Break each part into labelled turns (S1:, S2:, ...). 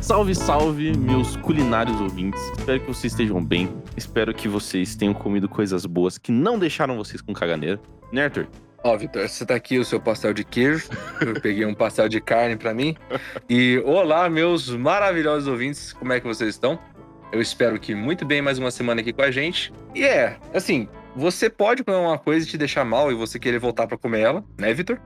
S1: Salve, salve, meus culinários ouvintes. Espero que vocês estejam bem. Espero que vocês tenham comido coisas boas que não deixaram vocês com caganeira. Né, Arthur?
S2: Ó, Vitor, você tá aqui o seu pastel de queijo. Eu peguei um pastel de carne pra mim. E olá, meus maravilhosos ouvintes, como é que vocês estão? Eu espero que muito bem mais uma semana aqui com a gente. E é, assim, você pode comer uma coisa e te deixar mal e você querer voltar pra comer ela, né, Vitor?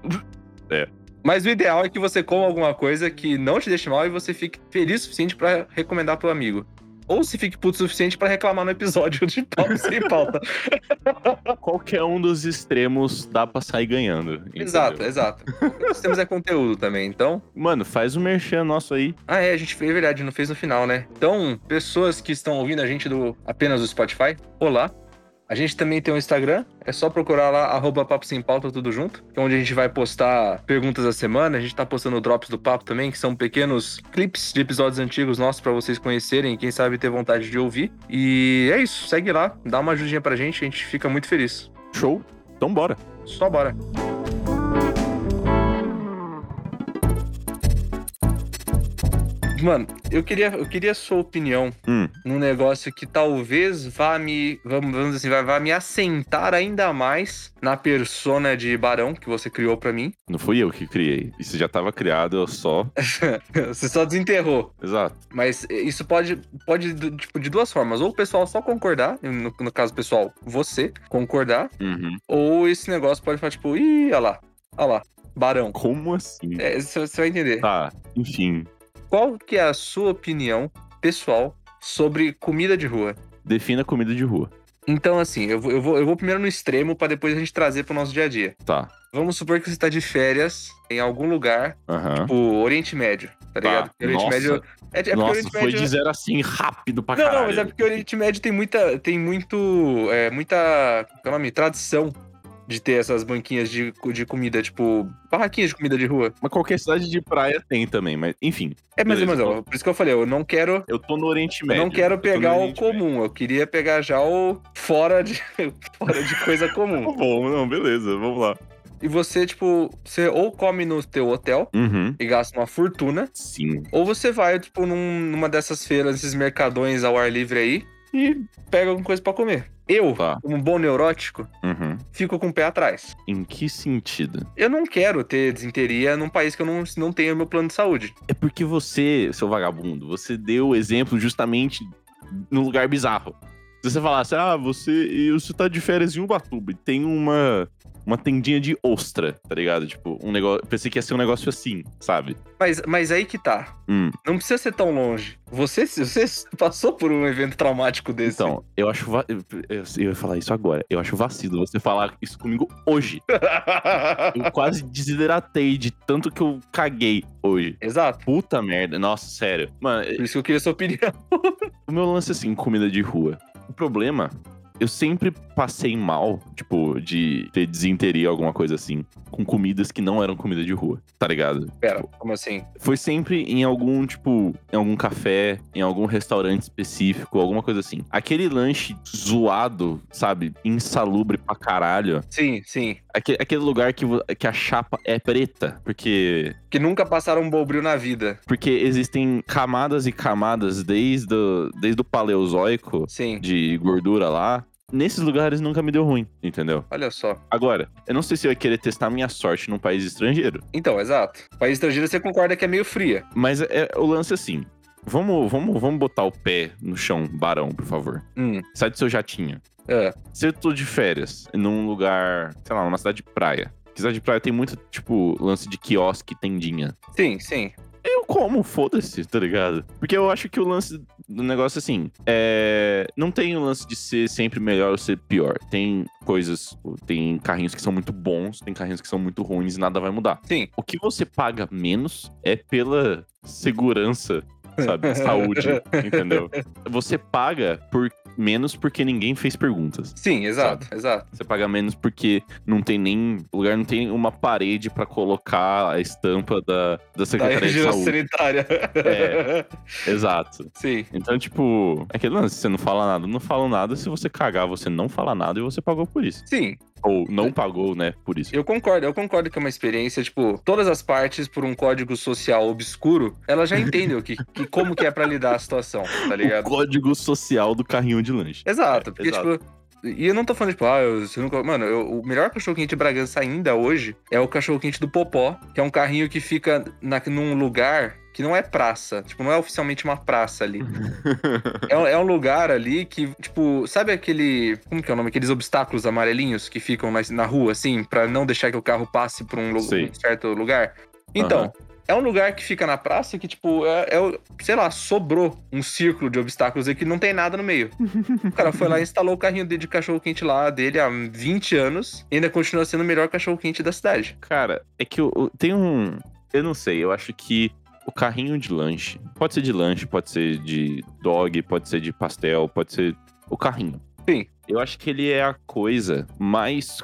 S1: É.
S2: Mas o ideal é que você coma alguma coisa que não te deixe mal e você fique feliz o suficiente pra recomendar pro amigo. Ou se fique puto o suficiente pra reclamar no episódio de pauta sem pauta.
S1: Qualquer um dos extremos dá pra sair ganhando. entendeu?
S2: exato, exato. Nós temos é conteúdo também, então
S1: Mano, faz o merchan nosso aí.
S2: Ah, é, a gente fez, é verdade, não fez no final, né? Então, pessoas que estão ouvindo a gente do apenas do Spotify, olá. A gente também tem um Instagram, é só procurar lá, arroba Papo Sem Pauta, tudo junto, que é onde a gente vai postar perguntas da semana, a gente tá postando drops do papo também, que são pequenos clips de episódios antigos nossos pra vocês conhecerem, quem sabe ter vontade de ouvir. E é isso, segue lá, dá uma ajudinha pra gente, a gente fica muito feliz.
S1: Show. Então bora.
S2: Só bora. Mano, eu queria, eu queria a sua opinião
S1: Hum.
S2: num negócio que talvez vá me, vamos, vamos dizer assim, vai, vá me assentar ainda mais na persona de barão que você criou pra mim.
S1: Não fui eu que criei. Isso já tava criado, eu só.
S2: você só desenterrou.
S1: Exato.
S2: Mas isso pode, pode do- tipo, de duas formas. Ou o pessoal só concordar, no, no caso pessoal, você concordar,
S1: Uhum.
S2: ou esse negócio pode falar, tipo, ih, olha lá, olha lá, barão.
S1: Como assim?
S2: É, Você você vai entender.
S1: Tá, enfim.
S2: Qual que é a sua opinião pessoal sobre comida de rua?
S1: Defina comida de rua.
S2: Então, assim, eu vou, eu vou, eu vou primeiro no extremo pra depois a gente trazer pro nosso dia a dia.
S1: Tá.
S2: Vamos supor que você tá de férias em algum lugar,
S1: Aham.
S2: tipo Oriente Médio, tá ligado? Porque Oriente
S1: Nossa.
S2: Médio. É, é porque
S1: Nossa,
S2: Oriente
S1: foi
S2: Médio.
S1: de zero assim rápido pra
S2: Não,
S1: caralho.
S2: não, mas é porque o Oriente Médio tem muita. tem muito. É, muita. Como é o nome? Tradição de ter essas banquinhas de, de comida, tipo. barraquinhas de comida de rua.
S1: Mas qualquer cidade de praia tem também, mas enfim,
S2: É, mas,
S1: Beleza,
S2: mas ó,
S1: então.
S2: por isso que eu falei, eu não quero.
S1: eu tô no Oriente
S2: Eu
S1: Médio.
S2: não quero
S1: tô
S2: pegar
S1: no
S2: o
S1: Oriente Médio.
S2: comum, eu queria pegar já o fora de, fora de coisa comum.
S1: Tá bom, não, beleza, vamos lá.
S2: E você, tipo, você ou come no teu hotel
S1: Uhum.
S2: e gasta uma fortuna,
S1: Sim.
S2: ou você vai, tipo, num- numa dessas feiras, esses mercadões ao ar livre aí, e pega alguma coisa pra comer. Eu,
S1: Tá.
S2: como bom neurótico,
S1: Uhum.
S2: fico com o pé atrás.
S1: Em que sentido?
S2: Eu não quero ter desinteria num país que eu não, não tenho meu plano de saúde.
S1: É porque você, seu vagabundo, você deu o exemplo justamente num lugar bizarro. Se você falasse, ah, você, e você tá de férias em Ubatuba e tem uma, uma tendinha de ostra, tá ligado? Tipo, um negócio. Pensei que ia ser um negócio assim, sabe?
S2: Mas, mas aí que tá.
S1: Hum.
S2: Não precisa ser tão longe. Você, você passou por um evento traumático desse.
S1: Então, eu acho. va- Eu, eu- eu ia falar isso agora. Eu acho vacilo você falar isso comigo hoje. Eu quase desidratei de tanto que eu caguei hoje.
S2: Exato.
S1: Puta merda. Nossa, sério. Mano,
S2: Por isso que eu queria sua opinião.
S1: O meu lance, assim, comida de rua. O problema, eu sempre passei mal, tipo, de ter desinteria, alguma coisa assim, com comidas que não eram comida de rua, tá ligado?
S2: Pera, como assim?
S1: Foi sempre em algum, tipo, em algum café, em algum restaurante específico, alguma coisa assim. Aquele lanche zoado, sabe? Insalubre pra caralho.
S2: Sim, sim.
S1: Aque- Aquele lugar que, vo- que a chapa é preta, porque
S2: Que nunca passaram um bobril na vida.
S1: porque existem camadas e camadas desde, o- desde o Paleozoico
S2: Sim.
S1: de gordura lá. Nesses lugares nunca me deu ruim, entendeu?
S2: Olha só.
S1: Agora, eu não sei se eu ia querer testar minha sorte num país estrangeiro,
S2: Então, exato. País estrangeiro você concorda que é meio fria.
S1: mas é, o lance é assim. Vamos, vamos, vamos botar o pé no chão, barão, por favor.
S2: Hum.
S1: Sai do seu jatinho.
S2: É.
S1: Se eu tô de férias num lugar, sei lá, numa cidade de praia. Que cidade de praia tem muito, tipo, lance de quiosque, tendinha.
S2: Sim, sim.
S1: Eu como, foda-se, tá ligado? Porque eu acho que o lance do negócio, assim, é. Não tem o lance de ser sempre melhor ou ser pior. Tem coisas, tem carrinhos que são muito bons, tem carrinhos que são muito ruins e nada vai mudar.
S2: Sim.
S1: O que você paga menos é pela segurança sabe? Saúde, entendeu? Você paga por menos porque ninguém fez perguntas.
S2: Sim, exato, exato.
S1: Você paga menos porque não tem nem o lugar, não tem uma parede pra colocar a estampa da, da
S2: Da
S1: Secretaria de
S2: região
S1: Saúde.
S2: sanitária.
S1: É. Exato.
S2: Sim.
S1: Então, tipo, é aquele lance, você não fala nada, não fala nada, se você cagar, você não fala nada e você pagou por isso.
S2: Sim,
S1: Ou
S2: É.
S1: não pagou, né, por isso.
S2: Eu concordo, eu concordo que é uma experiência, tipo, todas as partes, por um código social obscuro, elas já entendem o que, que- como que é pra lidar a situação,
S1: O
S2: tá ligado?
S1: código social do carrinho de lanche.
S2: Exato,
S1: É,
S2: porque,
S1: exato.
S2: tipo. E eu não tô falando, tipo, ah, eu, você nunca. Mano, eu- o melhor cachorro quente de Bragança ainda hoje é o cachorro quente do Popó, que é um carrinho que fica na, num lugar que não é praça. Tipo, não é oficialmente uma praça ali. É, um- é um lugar ali que, tipo, sabe aquele. Como que é o nome? Aqueles obstáculos amarelinhos que ficam na, na rua, assim, pra não deixar que o carro passe por um, lu-
S1: Sei.
S2: um certo lugar? Então,
S1: Aham.
S2: é um lugar que fica na praça que, tipo, é, é o- sei lá, sobrou um círculo de obstáculos aí que não tem nada no meio. o cara foi lá e instalou o carrinho dele de cachorro-quente lá dele há 20 anos e ainda continua sendo o melhor cachorro-quente da cidade.
S1: Cara, é que eu, eu- tem um. Eu não sei, eu acho que o carrinho de lanche. Pode ser de lanche, pode ser de dog, pode ser de pastel, pode ser. O carrinho.
S2: Sim.
S1: Eu acho que ele é a coisa mais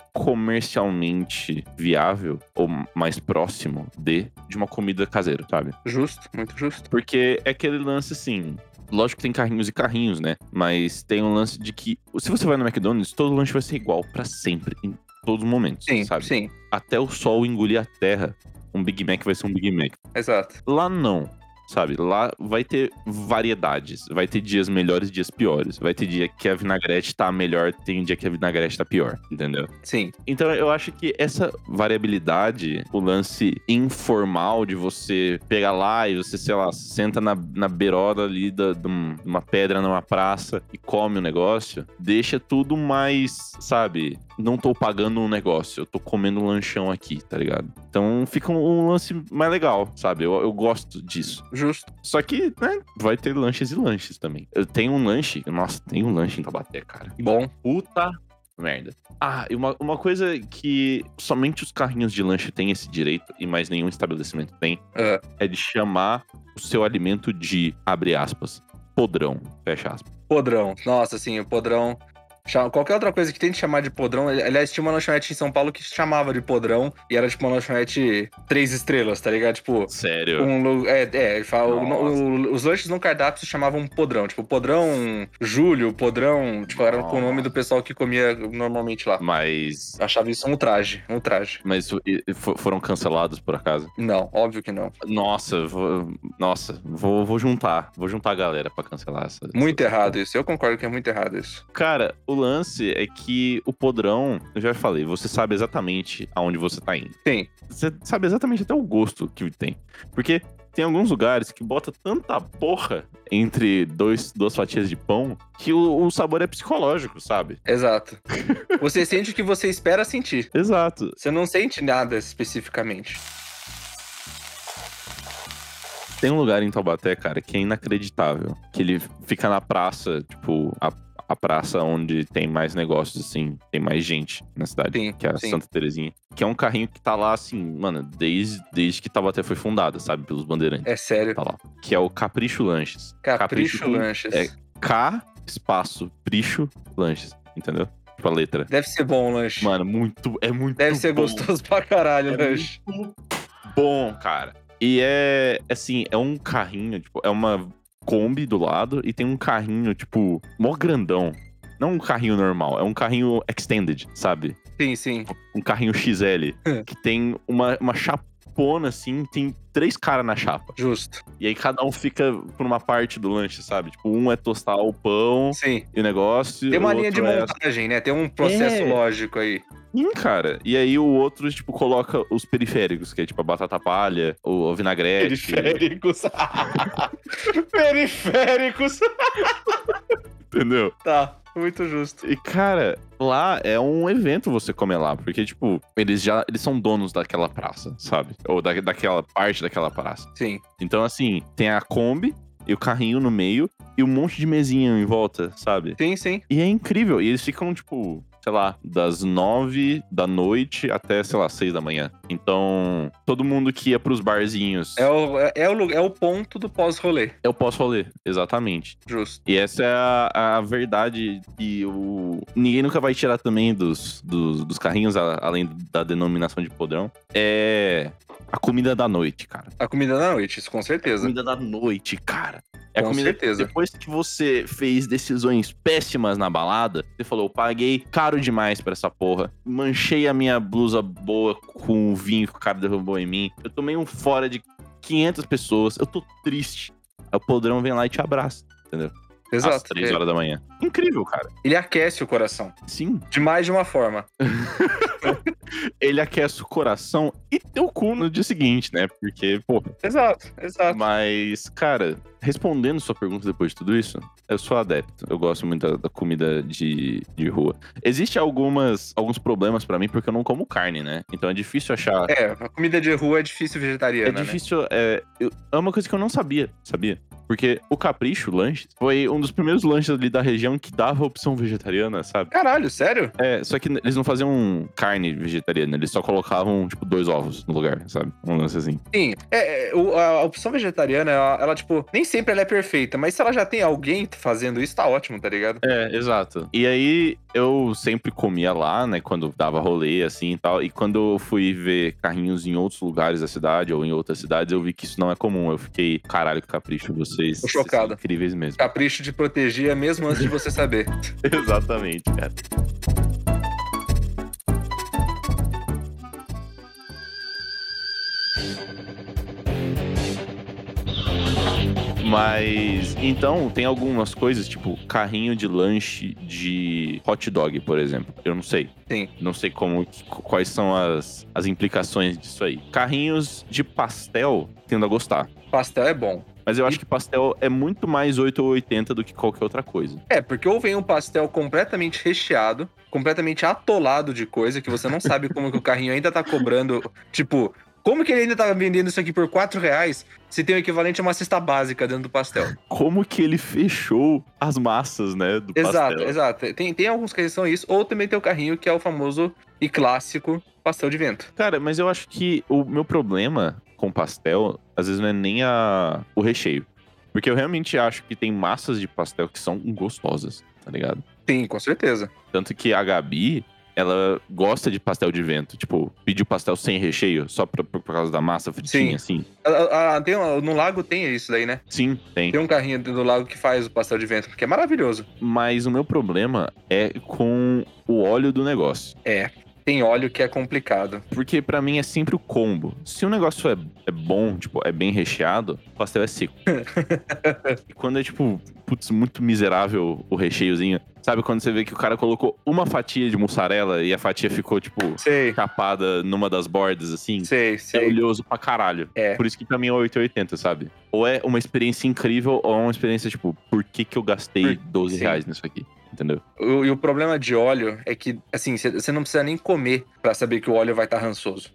S1: comercialmente viável ou mais próximo de, de uma comida caseira, sabe?
S2: Justo, muito justo.
S1: Porque é aquele lance assim. Lógico que tem carrinhos e carrinhos, né? Mas tem um lance de que se você vai no McDonald's, todo lanche vai ser igual pra sempre, em todos os momentos,
S2: Sim,
S1: sabe?
S2: sim,
S1: até o sol engolir a terra, um Big Mac vai ser um Big Mac.
S2: exato.
S1: Lá não, sabe? Lá vai ter variedades. Vai ter dias melhores, dias piores. Vai ter dia que a vinagrete tá melhor, tem dia que a vinagrete tá pior, entendeu?
S2: Sim,
S1: Então eu acho que essa variabilidade, o lance informal de você pegar lá e você, sei lá, senta na, na beirada ali da- de um- de uma pedra numa praça e come o negócio, deixa tudo mais, sabe? Não tô pagando um negócio, eu tô comendo um lanchão aqui, tá ligado? Então fica um, um lance mais legal, sabe? Eu- eu gosto disso.
S2: justo.
S1: Só que, né, vai ter lanches e lanches também. Eu tenho um lanche, nossa, tem um lanche em Tabaté, cara.
S2: Bom,
S1: Puta merda. Ah, e uma, uma coisa que somente os carrinhos de lanche têm esse direito e mais nenhum estabelecimento tem
S2: É.
S1: é de chamar o seu alimento de, abre aspas, podrão, fecha aspas.
S2: Podrão. Nossa, assim, o podrão. Cha- Qualquer outra coisa que tente chamar de podrão. ali- Aliás, tinha uma lanchonete em São Paulo que chamava de podrão e era tipo uma lanchonete três estrelas, tá ligado? Tipo.
S1: Sério.
S2: Um, lu- é, é, ele fala, o-
S1: Nossa.
S2: o- os lanches no cardápio se chamavam podrão. Tipo, podrão Júlio, podrão. Tipo, era com o nome do pessoal que comia normalmente lá.
S1: Mas.
S2: Achava isso um traje, um traje.
S1: Mas e- e fo- foram cancelados por acaso?
S2: Não, óbvio que não.
S1: Nossa, vou, nossa, vou, vou juntar. Vou juntar a galera pra cancelar essa.
S2: Muito
S1: essa-
S2: errado isso. Eu concordo que é muito errado isso.
S1: Cara, o lance é que o podrão, eu já falei, você sabe exatamente aonde você tá indo.
S2: Sim.
S1: Você sabe exatamente até o gosto que tem. Porque tem alguns lugares que bota tanta porra entre dois, duas fatias de pão que o, o sabor é psicológico, sabe?
S2: Exato. Você sente o que você espera sentir.
S1: Exato.
S2: Você não sente nada especificamente.
S1: Tem um lugar em Taubaté, cara, que é inacreditável. Que ele fica na praça, tipo, a, a praça onde tem mais negócios, assim, tem mais gente na cidade,
S2: Sim,
S1: que é a
S2: sim.
S1: Santa Terezinha. Que é um carrinho que tá lá, assim, mano, desde, desde que Taubaté foi fundada, sabe, pelos bandeirantes.
S2: É sério.
S1: Tá lá. Que é o Capricho Lanches.
S2: Capricho,
S1: com
S2: lanches.
S1: é. K, espaço, pricho, lanches. Entendeu? Tipo a letra.
S2: Deve ser bom o lanche.
S1: Mano, muito, é muito
S2: Deve ser
S1: bom.
S2: gostoso pra caralho o
S1: É
S2: lanche.
S1: muito bom, cara. E é, assim, é um carrinho, tipo, é uma Kombi do lado e tem um carrinho, tipo, mó grandão. Não um carrinho normal, é um carrinho extended, sabe?
S2: Sim, sim.
S1: Um carrinho XL, que tem uma, uma chapona, assim, tem três caras na chapa.
S2: Justo.
S1: E aí cada um fica por uma parte do lanche, sabe? Tipo, um é tostar o pão
S2: Sim.
S1: e o negócio.
S2: Tem uma
S1: o
S2: linha de
S1: outro é
S2: montagem, né? Tem um processo
S1: É.
S2: lógico aí.
S1: Sim, cara. E aí o outro, tipo, coloca os periféricos, que é tipo a batata palha, o, o vinagrete.
S2: Periféricos. Periféricos.
S1: Entendeu?
S2: Tá, muito justo.
S1: E, cara, lá é um evento você comer lá, porque, tipo, eles já eles são donos daquela praça, sabe? Ou da, daquela parte daquela praça.
S2: Sim.
S1: Então, assim, tem a Kombi e o carrinho no meio e um monte de mesinha em volta, sabe?
S2: Sim, sim.
S1: E é incrível. E eles ficam, tipo, sei lá, das nove da noite até, sei lá, seis da manhã. Então, todo mundo que ia pros barzinhos
S2: É o, é, é o, lu- é o ponto do pós-rolê,
S1: eu posso rolê, exatamente.
S2: justo.
S1: E essa é a, a verdade que o... ninguém nunca vai tirar também dos, dos, dos carrinhos, a- além da denominação de podrão, é a comida da noite, cara.
S2: A comida da noite, isso com
S1: A
S2: certeza.
S1: comida da noite, cara. É a
S2: Com
S1: comida
S2: certeza.
S1: Depois que você fez decisões péssimas na balada, você falou: paguei caro demais pra essa porra. Manchei a minha blusa boa com o vinho que o cara derrubou em mim. Eu tomei um fora de 500 pessoas. Eu tô triste. Aí o podrão vem lá e te abraça. às
S2: Exato. É,
S1: 3 horas da manhã. É. Incrível, cara.
S2: Ele aquece o coração.
S1: Sim.
S2: De mais de uma forma.
S1: Ele aquece o coração e teu cu no dia seguinte, né? Porque, pô.
S2: Exato, exato.
S1: Mas, cara, respondendo sua pergunta depois de tudo isso, eu sou adepto. Eu gosto muito da, da comida de, de rua. Existe algumas, alguns problemas pra mim porque eu não como carne, né? Então é difícil achar.
S2: É, a comida de rua é difícil
S1: É,
S2: vegetariana, né?
S1: difícil. É, eu- é uma coisa que eu não sabia, sabia? Porque o Capricho Lanches foi um dos primeiros lanches ali da região que dava opção vegetariana, sabe?
S2: Caralho, sério?
S1: É, só que eles não faziam carne vegetariana, eles só colocavam, tipo, dois ovos no lugar, sabe? Um lance assim.
S2: Sim. É, é, o- a opção vegetariana, ela, ela, tipo, nem sempre ela é perfeita, mas se ela já tem alguém fazendo isso, tá ótimo, tá ligado?
S1: É, exato. E aí eu sempre comia lá, né? Quando dava rolê, assim e tal. E quando eu fui ver carrinhos em outros lugares da cidade ou em outras cidades, eu vi que isso não é comum. Eu fiquei, caralho, que capricho, vocês,
S2: Tô
S1: vocês são
S2: chocado.
S1: incríveis mesmo.
S2: Capricho de proteger mesmo antes de você saber.
S1: Exatamente, cara. Mas então tem algumas coisas, tipo carrinho de lanche de hot dog, por exemplo. Eu não sei.
S2: Sim.
S1: Não sei como quais são as, as implicações disso aí. Carrinhos de pastel tendo a gostar.
S2: Pastel é bom.
S1: Mas eu acho que pastel é muito mais 8 ou 80 do que qualquer outra coisa.
S2: É, porque ou vem um pastel completamente recheado, completamente atolado de coisa, que você não sabe como que o carrinho ainda tá cobrando. Tipo, como que ele ainda tá vendendo isso aqui por 4 reais se tem o equivalente a uma cesta básica dentro do pastel?
S1: como que ele fechou as massas, né, do
S2: Exato,
S1: pastel.
S2: exato. Tem, tem alguns que são isso, ou também tem o carrinho que é o famoso e clássico pastel de vento.
S1: Cara, mas eu acho que o meu problema com pastel, às vezes não é nem a, o recheio. Porque eu realmente acho que tem massas de pastel que são gostosas, tá ligado?
S2: Sim, com certeza.
S1: Tanto que a Gabi, ela gosta de pastel de vento. Tipo, pediu pastel sem recheio, só pra, por causa da massa fritinha, assim.
S2: A- a- a- tem um- no lago tem isso daí, né?
S1: Sim, tem.
S2: Tem um carrinho do lago que faz o pastel de vento, porque é maravilhoso.
S1: Mas o meu problema é com o óleo do negócio.
S2: Tem óleo que é complicado.
S1: Porque pra mim é sempre o combo. Se o negócio é, é bom, tipo, é bem recheado, o pastel é seco. e quando é, tipo, putz, muito miserável o recheiozinho. Sabe quando você vê que o cara colocou uma fatia de mussarela e a fatia ficou, tipo,
S2: Sei,
S1: chapada numa das bordas, assim?
S2: sei,
S1: É
S2: sei.
S1: oleoso pra caralho.
S2: É.
S1: Por isso que pra mim é 880, sabe? Ou é uma experiência incrível, ou é uma experiência, tipo, por que que eu gastei
S2: Por-
S1: 12
S2: sim.
S1: reais nisso aqui? Entendeu?
S2: O- e o problema de óleo é que, assim, você não precisa nem comer pra saber que o óleo vai estar rançoso.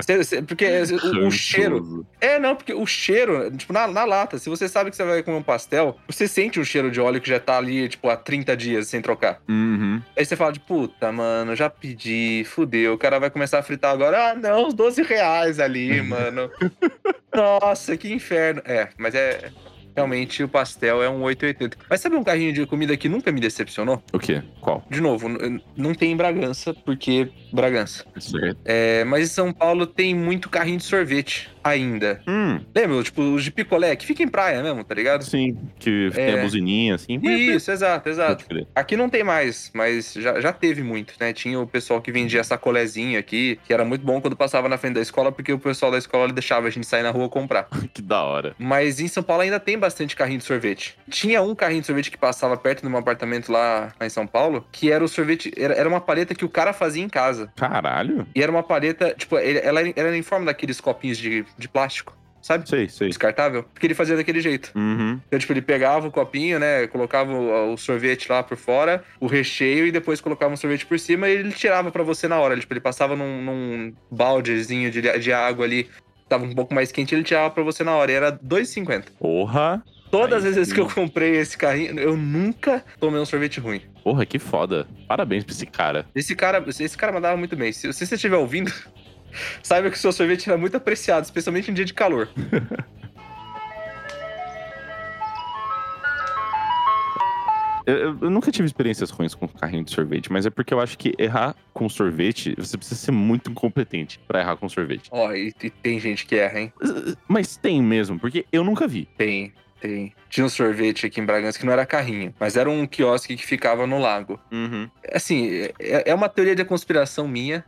S2: Cê- cê- porque cê- o, o cheiro.
S1: Rançoso.
S2: É, não, porque o cheiro, tipo, na, na lata, se você sabe que você vai comer um pastel, você sente o cheiro de óleo que já tá ali, tipo, há 30 dias sem trocar.
S1: Uhum.
S2: Aí você fala de puta, mano, já pedi, fudeu, o cara vai começar a fritar agora. Ah, não, os 12 reais ali, mano. Nossa, que inferno. É, mas é. Realmente o pastel é um 880. Mas sabe um carrinho de comida que nunca me decepcionou?
S1: O quê? Qual?
S2: De novo, n- não tem em Bragança, porque Bragança.
S1: Certo.
S2: É, mas em São Paulo tem muito carrinho de sorvete ainda.
S1: Hum.
S2: Lembra? Tipo, os de picolé, que fica em praia mesmo, tá ligado?
S1: Sim, que tem
S2: É.
S1: a buzininha, assim.
S2: Isso, exato, exato.
S1: Pode crer.
S2: Aqui não tem mais, mas já, já teve muito, né? Tinha o pessoal que vendia sacolezinha aqui, que era muito bom quando passava na frente da escola, porque o pessoal da escola deixava a gente sair na rua comprar.
S1: Que da hora.
S2: Mas em São Paulo ainda tem bastante carrinho de sorvete. Tinha um carrinho de sorvete que passava perto de um apartamento lá, lá em São Paulo, que era o sorvete, era, era uma paleta que o cara fazia em casa.
S1: Caralho.
S2: E era uma paleta, tipo, ele- ela, era em- ela era em forma daqueles copinhos de, de plástico, sabe?
S1: Sei, sei.
S2: Descartável. Porque ele fazia daquele jeito.
S1: Uhum.
S2: Então, tipo, ele pegava o copinho, né? Colocava o, o sorvete lá por fora, o recheio, e depois colocava um sorvete por cima e ele tirava pra você na hora. Tipo, ele passava num, num baldezinho de, de água ali, tava um pouco mais quente, ele tirava pra você na hora. E era R$2,50.
S1: Porra.
S2: Todas
S1: Aí
S2: as vezes
S1: sim.
S2: que eu comprei esse carrinho, eu nunca tomei um sorvete ruim.
S1: Porra, que foda. Parabéns pra esse cara.
S2: Esse cara, esse cara mandava muito bem. Se, se você estiver ouvindo, saiba que o seu sorvete era muito apreciado, especialmente em dia de calor.
S1: Eu, eu- eu nunca tive experiências ruins com carrinho de sorvete, mas é porque eu acho que errar com sorvete, você precisa ser muito incompetente pra errar com sorvete. Uh,
S2: Ó, e, e tem gente que erra, hein?
S1: Mas tem mesmo, porque eu nunca vi.
S2: Tem, tem. Tinha um sorvete aqui em Bragança que não era carrinho, mas era um quiosque que ficava no lago.
S1: Uhum.
S2: Assim, é, é uma teoria de conspiração minha,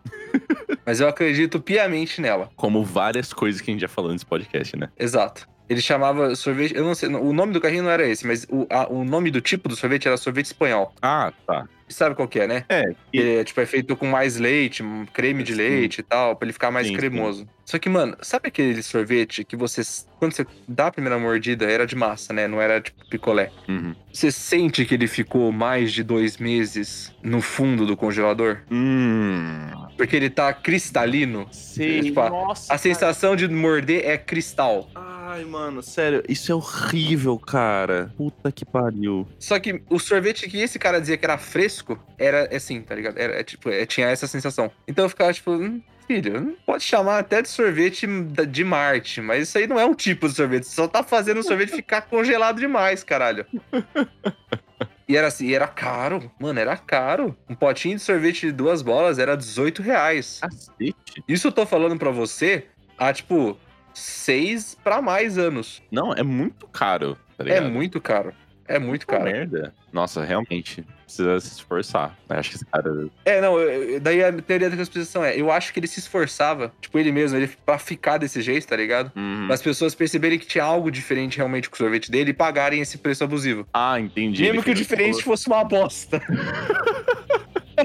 S2: mas eu acredito piamente nela.
S1: Como várias coisas que a gente já falou nesse podcast, né?
S2: Exato. Ele chamava sorvete. Eu não sei, o nome do carrinho não era esse, mas o, a- o nome do tipo do sorvete era sorvete espanhol.
S1: Ah, tá.
S2: Sabe qual que é, né?
S1: É,
S2: Que é, tipo, é feito com mais leite, um creme de
S1: Sim.
S2: leite e tal, pra ele ficar mais
S1: Sim, sim.
S2: cremoso. Só que, mano, sabe aquele sorvete que você. Quando você dá a primeira mordida, era de massa, né? Não era tipo picolé.
S1: Uhum.
S2: Você sente que ele ficou mais de dois meses no fundo do congelador?
S1: Hum.
S2: Porque ele tá cristalino.
S1: Sei.
S2: Tipo, a-
S1: Nossa,
S2: A sensação de morder é cristal.
S1: Ai, mano, sério, isso é horrível, cara. Puta que pariu.
S2: Só que o sorvete que esse cara dizia que era fresco, era assim, tá ligado? Era, é, tipo, é, tinha essa sensação. Então eu ficava tipo, "Hum, filho, não pode chamar até de sorvete da- de Marte, mas isso aí não é um tipo de sorvete. Você só tá fazendo o sorvete ficar congelado demais, caralho. E era assim, e era caro. Mano, era caro. Um potinho de sorvete de duas bolas era 18 reais.
S1: Cacete.
S2: Isso eu tô falando pra você há, tipo, seis pra mais anos.
S1: Não, é muito caro, tá
S2: É
S1: ligado?
S2: muito caro. É muito
S1: Puta
S2: caro.
S1: merda. Nossa, realmente, precisa se esforçar. Eu Acho que esse cara...
S2: É, não, eu- eu- daí a teoria da conspiração é, eu acho que ele se esforçava, tipo, ele mesmo, ele pra ficar desse jeito, tá ligado?
S1: Hum.
S2: Pra as pessoas perceberem que tinha algo diferente realmente com o sorvete dele e pagarem esse preço abusivo.
S1: Ah, entendi.
S2: Mesmo
S1: Ele
S2: que o
S1: fez-
S2: diferente fosse uma bosta.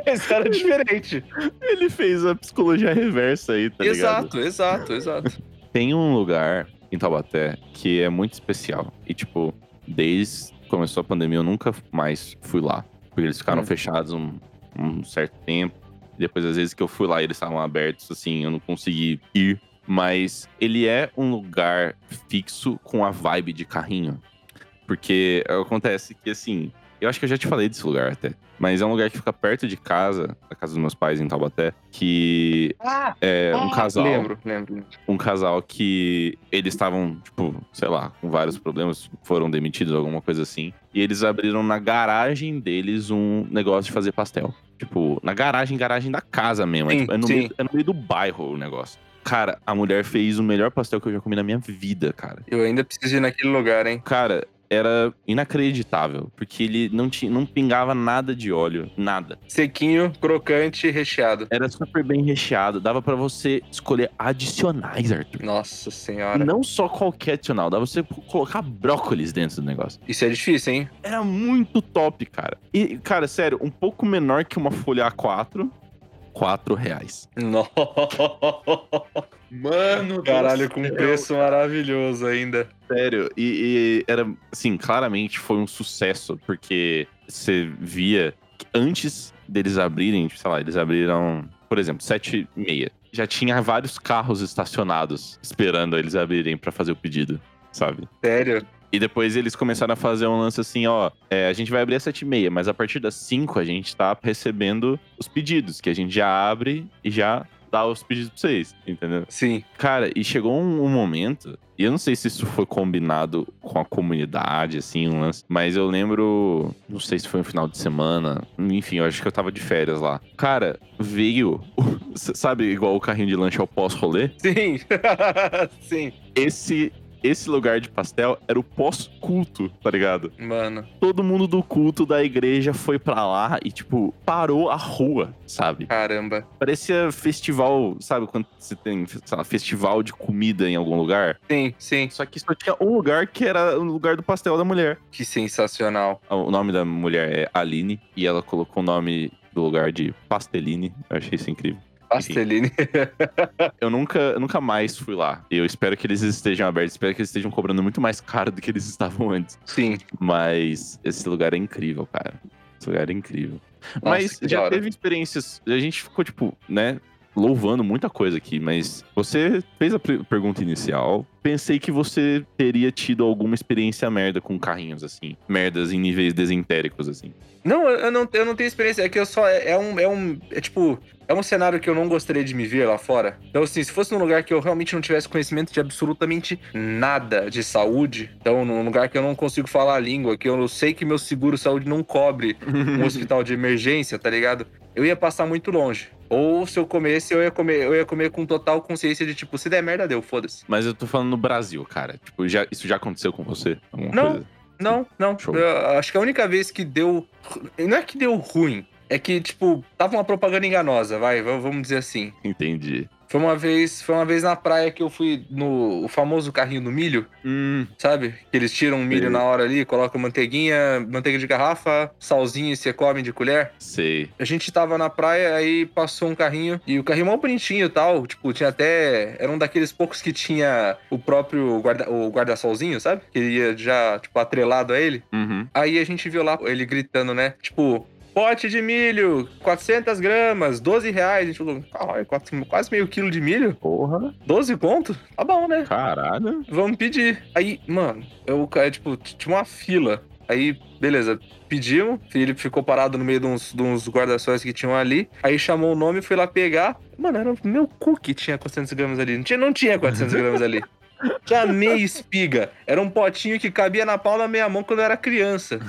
S2: Esse era diferente.
S1: Ele fez a psicologia reversa aí, tá ligado?
S2: exato, exato, exato.
S1: Tem um lugar em Taubaté que é muito especial. E, tipo, desde que começou a pandemia, eu nunca mais fui lá. Porque eles ficaram
S2: Hum.
S1: fechados um, um certo tempo. E depois, às vezes que eu fui lá, eles estavam abertos, assim, eu não consegui ir. Mas ele é um lugar fixo com a vibe de carrinho. Porque acontece que, assim, eu acho que eu já te falei desse lugar até. Mas é um lugar que fica perto de casa, da casa dos meus pais em Taubaté, que
S2: Ah,
S1: é um casal
S2: Lembro, lembro. lembro.
S1: um casal que eles estavam, tipo, sei lá, com vários problemas, foram demitidos, alguma coisa assim. E eles abriram na garagem deles um negócio de fazer pastel. Tipo, na garagem, garagem da casa mesmo. É,
S2: Sim,
S1: tipo, é no,
S2: sim.
S1: meio, é no meio do bairro o negócio. Cara, a mulher fez o melhor pastel que eu já comi na minha vida, cara.
S2: Eu ainda preciso ir naquele lugar, hein?
S1: Cara, era inacreditável, porque ele não, tinha, não pingava nada de óleo, nada.
S2: Sequinho, crocante, recheado.
S1: Era super bem recheado, dava pra você escolher adicionais, Arthur.
S2: Nossa senhora.
S1: Não só qualquer adicional, dá pra você colocar brócolis dentro do negócio.
S2: Isso é difícil, hein?
S1: Era muito top, cara. E, cara, sério, um pouco menor que uma folha A4, 4 reais.
S2: Nossa.
S1: Mano,
S2: Caralho, com um preço maravilhoso ainda.
S1: Sério, e, e era, assim, claramente foi um sucesso, porque você via que antes deles abrirem, tipo, sei lá, eles abriram, por exemplo, 7 e meia. Já tinha vários carros estacionados esperando eles abrirem pra fazer o pedido, sabe?
S2: Sério?
S1: E depois eles começaram a fazer um lance assim, ó, é, a gente vai abrir às 7h30, mas a partir das 5 a gente tá recebendo os pedidos, que a gente já abre e já dá os pedidos pra vocês, entendeu?
S2: Sim.
S1: Cara, e chegou um, um momento, e eu não sei se isso foi combinado com a comunidade, assim, um lance, mas eu lembro, não sei se foi um final de semana, enfim, eu acho que eu tava de férias lá. Cara, veio, sabe, igual o carrinho de lanche ao pós-rolê?
S2: Sim. Sim.
S1: Esse... Esse lugar de pastel era o pós-culto, tá ligado?
S2: Mano.
S1: todo mundo do culto da igreja foi pra lá e, tipo, parou a rua, sabe?
S2: Caramba.
S1: Parecia festival, sabe? Quando você tem, sei lá, festival de comida em algum lugar.
S2: Sim, sim.
S1: Só que só tinha um lugar que era o lugar do pastel da mulher. Ah,
S2: Que sensacional.
S1: O nome da mulher é Aline e ela colocou o nome do lugar de Pasteline. Eu achei isso incrível.
S2: Pasteline.
S1: Eu nunca, eu nunca mais fui lá. Eu espero que eles estejam abertos, espero que eles estejam cobrando muito mais caro do que eles estavam antes.
S2: Sim.
S1: Mas esse lugar é incrível, cara. Esse lugar é incrível.
S2: Nossa,
S1: Mas
S2: que da
S1: já
S2: hora.
S1: teve experiências. A gente ficou, tipo, né? louvando muita coisa aqui, mas você fez a pre- pergunta inicial. Pensei que você teria tido alguma experiência merda com carrinhos, assim. Merdas em níveis desentéricos, assim.
S2: Não, eu eu não, eu não tenho experiência. É que eu só. É, é um. É um. É tipo. É um cenário que eu não gostaria de me ver lá fora. Então, assim, se fosse num lugar que eu realmente não tivesse conhecimento de absolutamente nada de saúde, então, num lugar que eu não consigo falar a língua, que eu sei que meu seguro saúde não cobre
S1: Uhum.
S2: um hospital de emergência, tá ligado? Eu ia passar muito longe. Ou se eu comesse, eu ia comer, eu ia comer com total consciência de tipo, se der merda, deu, foda-se.
S1: mas eu tô falando no Brasil, cara. Tipo, já, isso já aconteceu com você? Alguma
S2: Não.
S1: coisa?
S2: Não, não.
S1: Show.
S2: Eu acho que a única vez que deu. Não é que deu ruim. É que, tipo, tava uma propaganda enganosa, vai, v- vamos dizer assim.
S1: Entendi.
S2: Foi uma vez, foi uma vez na praia que eu fui no o famoso carrinho do milho,
S1: Hum,
S2: sabe? Que eles tiram o milho
S1: Sei.
S2: na hora ali, colocam manteiguinha, manteiga de garrafa, salzinho e você come de colher.
S1: sei.
S2: A gente tava na praia, aí passou um carrinho. E o carrinho mó bonitinho e tal. Tipo, tinha até. Era um daqueles poucos que tinha o próprio guarda, o guarda-solzinho, sabe? Que ia já, tipo, atrelado a ele.
S1: Uhum.
S2: Aí a gente viu lá ele gritando, né? Tipo. Pote de milho, 400 gramas, 12 reais. A gente falou, caralho, quatro- quase meio quilo de milho?
S1: Porra.
S2: 12 conto? Tá bom, né?
S1: Caralho.
S2: Vamos pedir. Aí, mano, eu, ca- tipo, t- tinha uma fila. Aí, beleza, pedimos. Ele ficou parado no meio de uns, de uns guarda-sóis que tinham ali. Aí chamou o nome, fui lá pegar. Mano, era o meu cu que tinha 400 gramas ali. Não tinha, não tinha 400 gramas ali. Tinha meia espiga. Era um potinho que cabia na palma da minha mão quando eu era criança.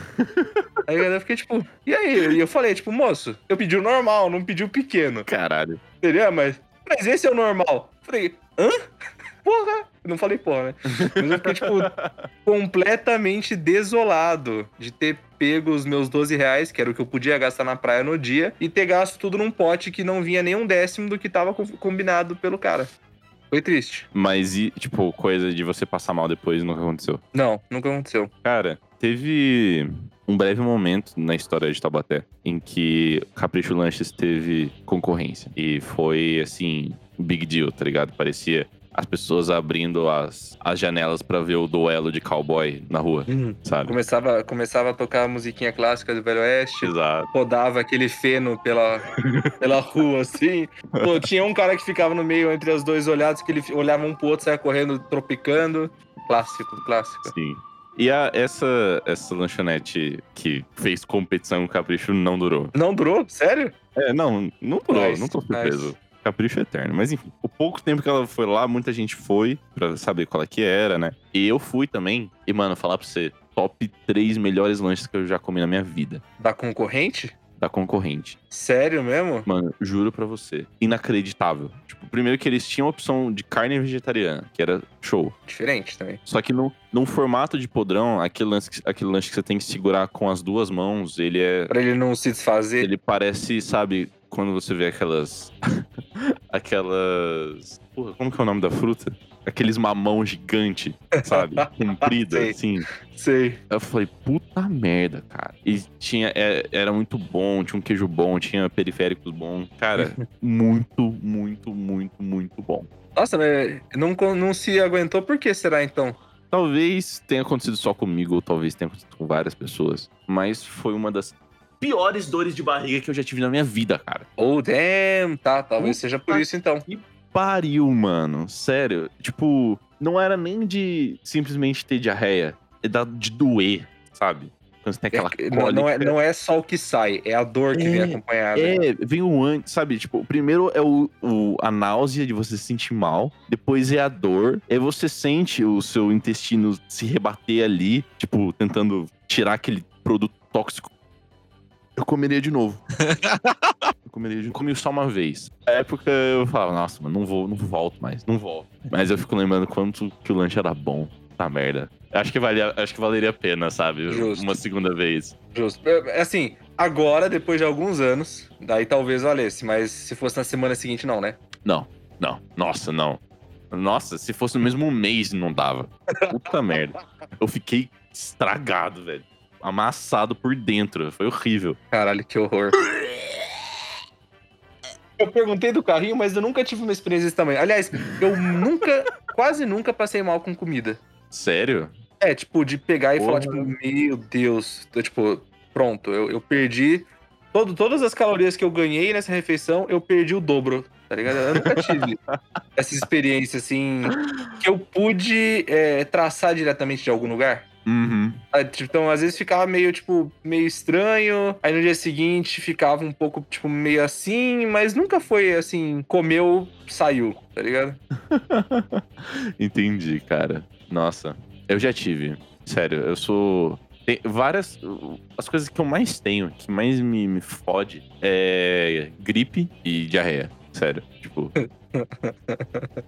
S2: Aí eu fiquei tipo, e aí? E eu falei, tipo, moço, eu pedi o normal, não pedi o pequeno.
S1: Caralho.
S2: Entendeu? Mas, mas esse é o normal. Falei, hã? Porra! Eu Não falei porra, né? Mas eu fiquei, tipo, completamente desolado de ter pego os meus 12 reais, que era o que eu podia gastar na praia no dia, e ter gasto tudo num pote que não vinha nem um décimo do que tava co- combinado pelo cara. Foi triste.
S1: Mas e, tipo, coisa de você passar mal depois nunca aconteceu?
S2: Não, nunca aconteceu.
S1: Cara, teve um breve momento na história de Taubaté em que Capricho Lanches teve concorrência. E foi, assim, big deal, tá ligado? Parecia as pessoas abrindo as, as janelas pra ver o duelo de cowboy na rua, sabe?
S2: Começava, começava a tocar a musiquinha clássica do Velho Oeste.
S1: Exato.
S2: rodava aquele feno pela, pela rua, assim. Pô, tinha um cara que ficava no meio entre os dois olhados, que ele fi- olhava um pro outro, saia correndo, tropicando. Clássico, clássico.
S1: Sim. E a- essa, essa lanchonete que fez competição com Capricho não durou.
S2: Não durou? Sério?
S1: É, não, não durou,
S2: Nice,
S1: não tô
S2: nice.
S1: surpreso. Capricho eterno. Mas enfim, o pouco tempo que ela foi lá, muita gente foi pra saber qual é que era, né? E eu fui também. E, mano, falar pra você, top três melhores lanches que eu já comi na minha vida.
S2: Da concorrente?
S1: Da concorrente.
S2: Sério mesmo?
S1: Mano, juro pra você. Inacreditável. Tipo, primeiro que eles tinham a opção de carne vegetariana, que era show.
S2: Diferente também.
S1: Só que no, num formato de podrão, aquele lance, que- aquele lanche que você tem que segurar com as duas mãos, ele é.
S2: Pra ele não se desfazer.
S1: Ele parece, sabe, quando você vê aquelas. aquelas. Porra, como que é o nome da fruta? Aqueles mamão gigante, sabe? Comprido,
S2: Sei.
S1: assim.
S2: Sei.
S1: Eu falei, puta merda, cara. E tinha. é- era muito bom, tinha um queijo bom, tinha periféricos bom. Cara, muito, muito, muito, muito bom.
S2: Nossa, mas não, con- não se aguentou. Por que será, então?
S1: Talvez tenha acontecido só comigo, ou talvez tenha acontecido com várias pessoas, mas foi uma das piores dores de barriga que eu já tive na minha vida, cara.
S2: Oh, damn. Tá, talvez seja por isso, então.
S1: Pariu, mano. Sério. Tipo, não era nem de simplesmente ter diarreia, é da- de doer, sabe? Quando você tem aquela
S2: É-
S1: cólica.
S2: não, não é, não é só o que sai, é a dor que
S1: É,
S2: vem acompanhada.
S1: É, vem o antes, sabe? Tipo, o primeiro é o, o- a náusea de você se sentir mal, depois é a dor, aí você sente o seu intestino se rebater ali, tipo, tentando tirar aquele produto tóxico. Eu comeria de novo. eu comeria de novo. Comi só uma vez. Na época eu falava, nossa, mano, não vou, não volto mais, não volto. Mas eu fico lembrando quanto que o lanche era bom. Tá merda. Acho que, valia, acho que valeria a pena, sabe?
S2: Justo.
S1: Uma segunda vez.
S2: Justo. É, é Assim, agora, depois de alguns anos, daí talvez valesse, mas se fosse na semana seguinte, não, né?
S1: Não, nossa, não. Nossa, se fosse no mesmo mês, não dava. Puta merda. Eu fiquei estragado, velho. Amassado por dentro. Foi horrível.
S2: Caralho, que horror. Eu perguntei do carrinho, mas eu nunca tive uma experiência desse tamanho. Aliás, eu nunca, quase nunca passei mal com comida.
S1: Sério?
S2: É, tipo, de pegar e
S1: Porra.
S2: falar, tipo, meu Deus, tô, tipo, pronto, eu, eu perdi. Todo, todas as calorias que eu ganhei nessa refeição, eu perdi o dobro. tá ligado? Eu nunca tive essa experiência, assim, que eu pude é, traçar diretamente de algum lugar.
S1: Uhum.
S2: Ah, tipo, Então, às vezes ficava meio, tipo, meio estranho. Aí no dia seguinte ficava um pouco, tipo, meio assim, mas nunca foi assim, comeu, saiu, tá ligado?
S1: Entendi, cara. Nossa, eu já tive. Sério, eu sou. Tem várias. As coisas que eu mais tenho, que mais me, me fode, é gripe e diarreia. Sério, tipo.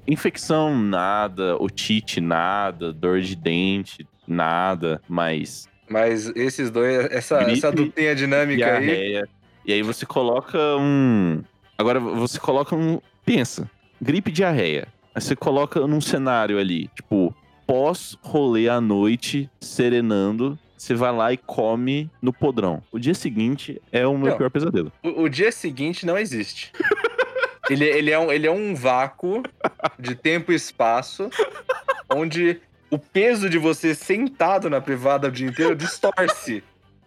S1: Infecção, nada. Otite, nada. Dor de dente, nada. Mas
S2: Mas esses dois, essa,
S1: Gripe
S2: essa duplinha dinâmica aí.
S1: diarreia. E aí você coloca um. Agora você coloca um. Pensa, gripe e diarreia. Aí você coloca num cenário ali, tipo, pós-rolê à noite, serenando, você vai lá e come no podrão. O dia seguinte é o meu
S2: Não.
S1: pior pesadelo.
S2: O, o dia seguinte não existe. ele, ele, é um, ele é um vácuo de tempo e espaço onde o peso de você sentado na privada o dia inteiro distorce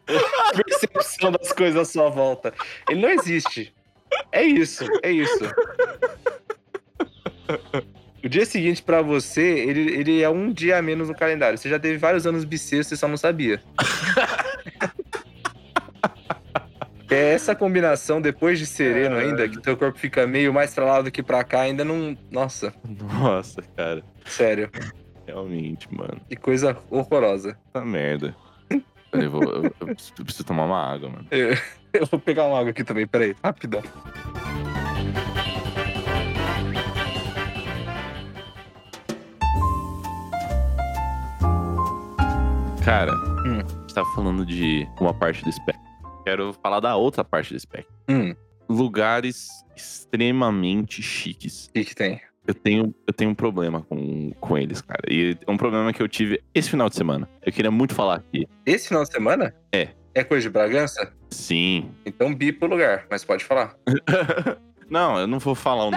S2: a percepção das coisas à sua volta. Ele não existe. É isso, é isso. O dia seguinte pra você, ele, ele é um dia a menos no calendário. Você já teve vários anos bissextos e só não sabia. É essa combinação depois de sereno ainda, que teu corpo fica meio mais pra lá do que pra cá, ainda não. Nossa,
S1: Nossa, cara.
S2: sério.
S1: Realmente, mano.
S2: Que coisa horrorosa.
S1: Tá merda. Eu, vou, eu, eu preciso- eu preciso tomar uma água, mano.
S2: Eu, eu vou pegar uma água aqui também, peraí, rapidão.
S1: Cara,
S2: Hum.
S1: a gente tava falando de uma parte do espectro. Quero falar da outra parte do espectro.
S2: Hum, o
S1: lugares extremamente chiques.
S2: que que tem?
S1: Eu tenho, eu tenho um problema com, com eles, cara. E é um problema que eu tive esse final de semana. Eu queria muito falar aqui.
S2: Esse final de semana?
S1: É.
S2: É coisa de Bragança?
S1: Sim.
S2: Então bi pro lugar, mas pode falar.
S1: Não, eu não vou falar. Um...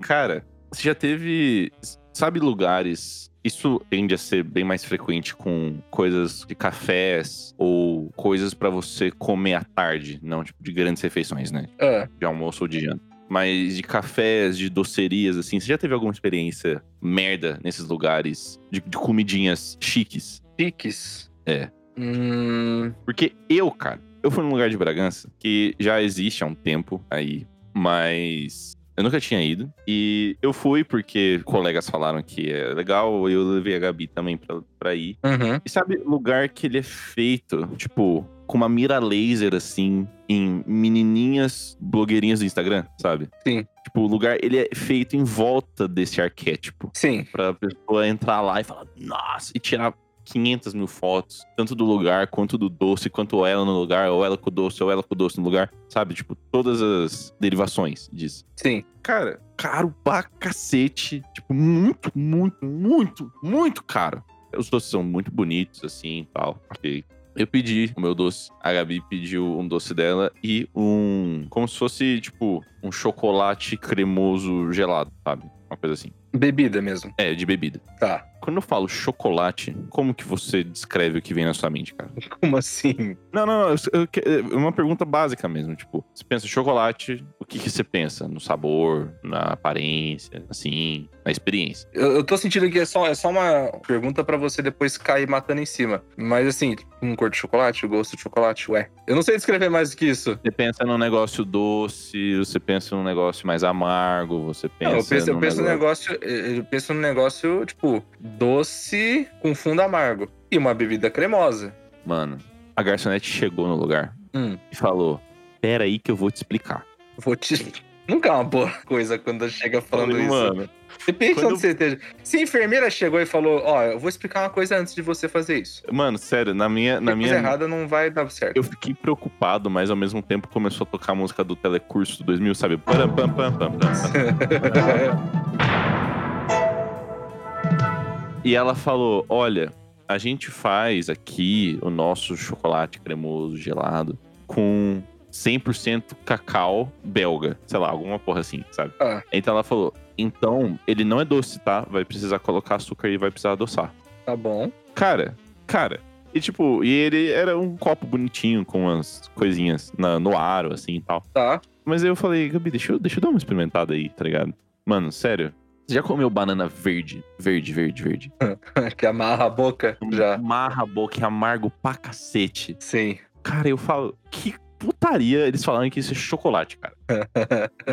S1: Cara, você já teve. Sabe lugares. Isso tende a ser bem mais frequente com coisas de cafés ou coisas pra você comer à tarde, não tipo de grandes refeições, né?
S2: Ah,
S1: de almoço ou de janta. Mas de cafés, de docerias, assim, você já teve alguma experiência merda nesses lugares? De, de comidinhas chiques?
S2: piques.
S1: É.
S2: Hum,
S1: Porque eu, cara, eu fui num lugar de Bragança que já existe há um tempo aí, mas eu nunca tinha ido. E eu fui porque colegas falaram que é legal, eu levei a Gabi também pra, pra ir.
S2: uhum.
S1: E sabe, lugar que ele é feito, tipo, com uma mira laser, assim, em menininhas blogueirinhas do Instagram, sabe?
S2: Sim.
S1: Tipo, o lugar, ele é feito em volta desse arquétipo.
S2: Sim,
S1: Pra pessoa entrar lá e falar, nossa, e tirar 500 mil fotos, tanto do lugar, quanto do doce, quanto ela no lugar, ou ela com o doce, ou ela com o doce no lugar, sabe? Tipo, todas as derivações disso
S2: sim.
S1: cara, caro pra cacete. Tipo, muito, muito, muito, muito caro. Os doces são muito bonitos, assim e tal. Ok. Eu pedi o meu doce. A Gabi pediu um doce dela e um. Como se fosse, tipo, um chocolate cremoso gelado, sabe? Uma coisa assim.
S2: Bebida mesmo.
S1: É, de bebida.
S2: Tá.
S1: Quando eu falo chocolate, como que você descreve o que vem na sua mente, cara?
S2: Como assim?
S1: Não, não, não. eu- eu que- é uma pergunta básica mesmo. Tipo, você pensa em chocolate, o que, que você pensa? No sabor, na aparência, assim, na experiência.
S2: Eu, eu tô sentindo que é só, é só uma pergunta pra você depois cair matando em cima. Mas assim, um cor de chocolate, o gosto de chocolate, ué. Eu não sei descrever mais do que isso.
S1: Você pensa num negócio doce, você pensa num negócio mais amargo, você pensa.
S2: Não, eu penso, eu
S1: num
S2: penso no negócio, eh, eu eu penso num negócio, tipo, doce com fundo amargo. E uma bebida cremosa.
S1: Mano, a garçonete chegou no lugar
S2: Hum,
S1: e falou: Pera aí que eu vou te explicar.
S2: vou te. Nunca é uma boa coisa quando chega falando
S1: Falei,
S2: isso.
S1: Mano,
S2: Depende de
S1: quando-
S2: onde você esteja. Se a enfermeira chegou e falou, ó, eu vou explicar uma coisa antes de você fazer isso.
S1: mano, sério, na minha. Na
S2: Na
S1: minha
S2: coisa errada não vai dar certo.
S1: Eu fiquei preocupado, mas ao mesmo tempo começou a tocar a música do Telecurso 2000, sabe? Param, pam, pam, pam, pam, pam.
S2: É,
S1: E ela falou: Olha, a gente faz aqui o nosso chocolate cremoso gelado com 100% cacau belga, sei lá, alguma porra assim, sabe?
S2: Ah.
S1: Então ela falou: Então, ele não é doce, tá? Vai precisar colocar açúcar e vai precisar adoçar.
S2: tá bom.
S1: Cara, cara. E tipo, e ele era um copo bonitinho com umas coisinhas na- no aro, assim e tal.
S2: Tá.
S1: Mas aí eu falei, Gabi, deixa eu, deixa eu dar uma experimentada aí, tá ligado? Mano, sério. Você já comeu banana verde? Verde, verde, verde.
S2: que amarra a boca já.
S1: Amarra a boca, é amargo pra cacete.
S2: Sim.
S1: Cara, eu falo, que putaria eles falaram que isso é chocolate, cara.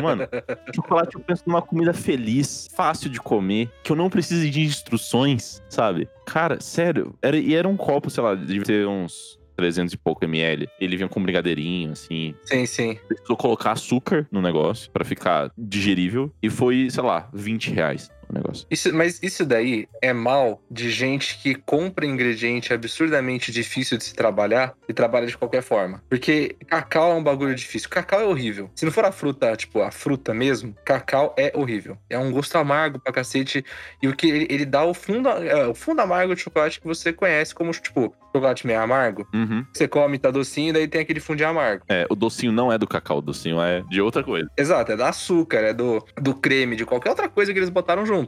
S1: Mano, chocolate eu penso numa comida feliz, fácil de comer, que eu não precise de instruções, sabe? Cara, sério, era, e era um copo, sei lá, devia ter uns 300 e pouco ml. Ele vinha com um brigadeirinho, assim.
S2: Sim, sim.
S1: Precisou colocar açúcar no negócio pra ficar digerível. E foi, sei lá, 20 reais o negócio.
S2: Isso, mas isso daí é mal de gente que compra ingrediente absurdamente difícil de se trabalhar e trabalha de qualquer forma. Porque cacau é um bagulho difícil. Cacau é horrível. Se não for a fruta, tipo, a fruta mesmo, cacau é horrível. É um gosto amargo pra cacete. E o que ele, ele dá o fundo, é, o fundo amargo de chocolate que você conhece como, tipo, chocolate meio amargo.
S1: Uhum.
S2: Você come, tá docinho, e daí tem aquele fundinho amargo.
S1: É, o docinho não é do cacau, o docinho é de outra coisa.
S2: Exato, é do açúcar, é do, do creme, de qualquer outra coisa que eles botaram junto.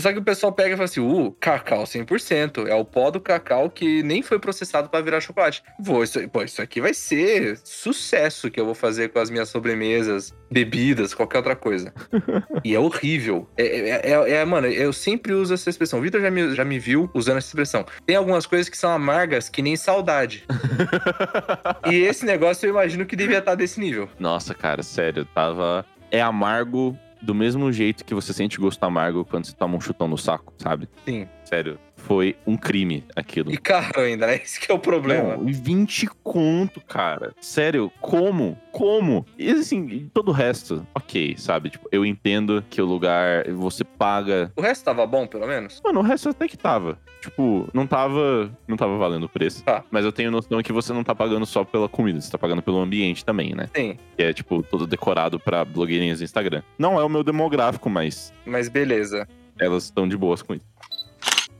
S2: Só que o pessoal pega e fala assim: uh, cacau 100%, é o pó do cacau que nem foi processado pra virar chocolate. Vou, isso, pô, isso aqui vai ser sucesso que eu vou fazer com as minhas sobremesas, bebidas, qualquer outra coisa. e é horrível. É, é, é- é- mano, eu sempre uso essa expressão. O Vitor já me, já me viu usando essa expressão. Tem algumas coisas que são amargas que nem saudade. e esse negócio eu imagino que devia estar desse nível.
S1: Nossa, cara, sério, tava. É amargo do mesmo jeito que você sente gosto amargo quando você toma um chutão no saco, sabe?
S2: Sim.
S1: Sério, foi um crime aquilo.
S2: E caro ainda, né? Esse que é o problema.
S1: Não, 20 conto, cara. Sério, como? Como? E assim, e todo o resto, ok, sabe? Tipo, eu entendo que o lugar você paga.
S2: O resto tava bom, pelo menos?
S1: Mano, o resto até que tava. Tipo, não tava. Não tava valendo o preço.
S2: Tá.
S1: Mas eu tenho noção que você não tá pagando só pela comida, você tá pagando pelo ambiente também, né?
S2: Sim.
S1: que é tipo todo decorado pra blogueirinhas do Instagram. Não é o meu demográfico, mas
S2: Mas beleza.
S1: elas estão de boas com isso.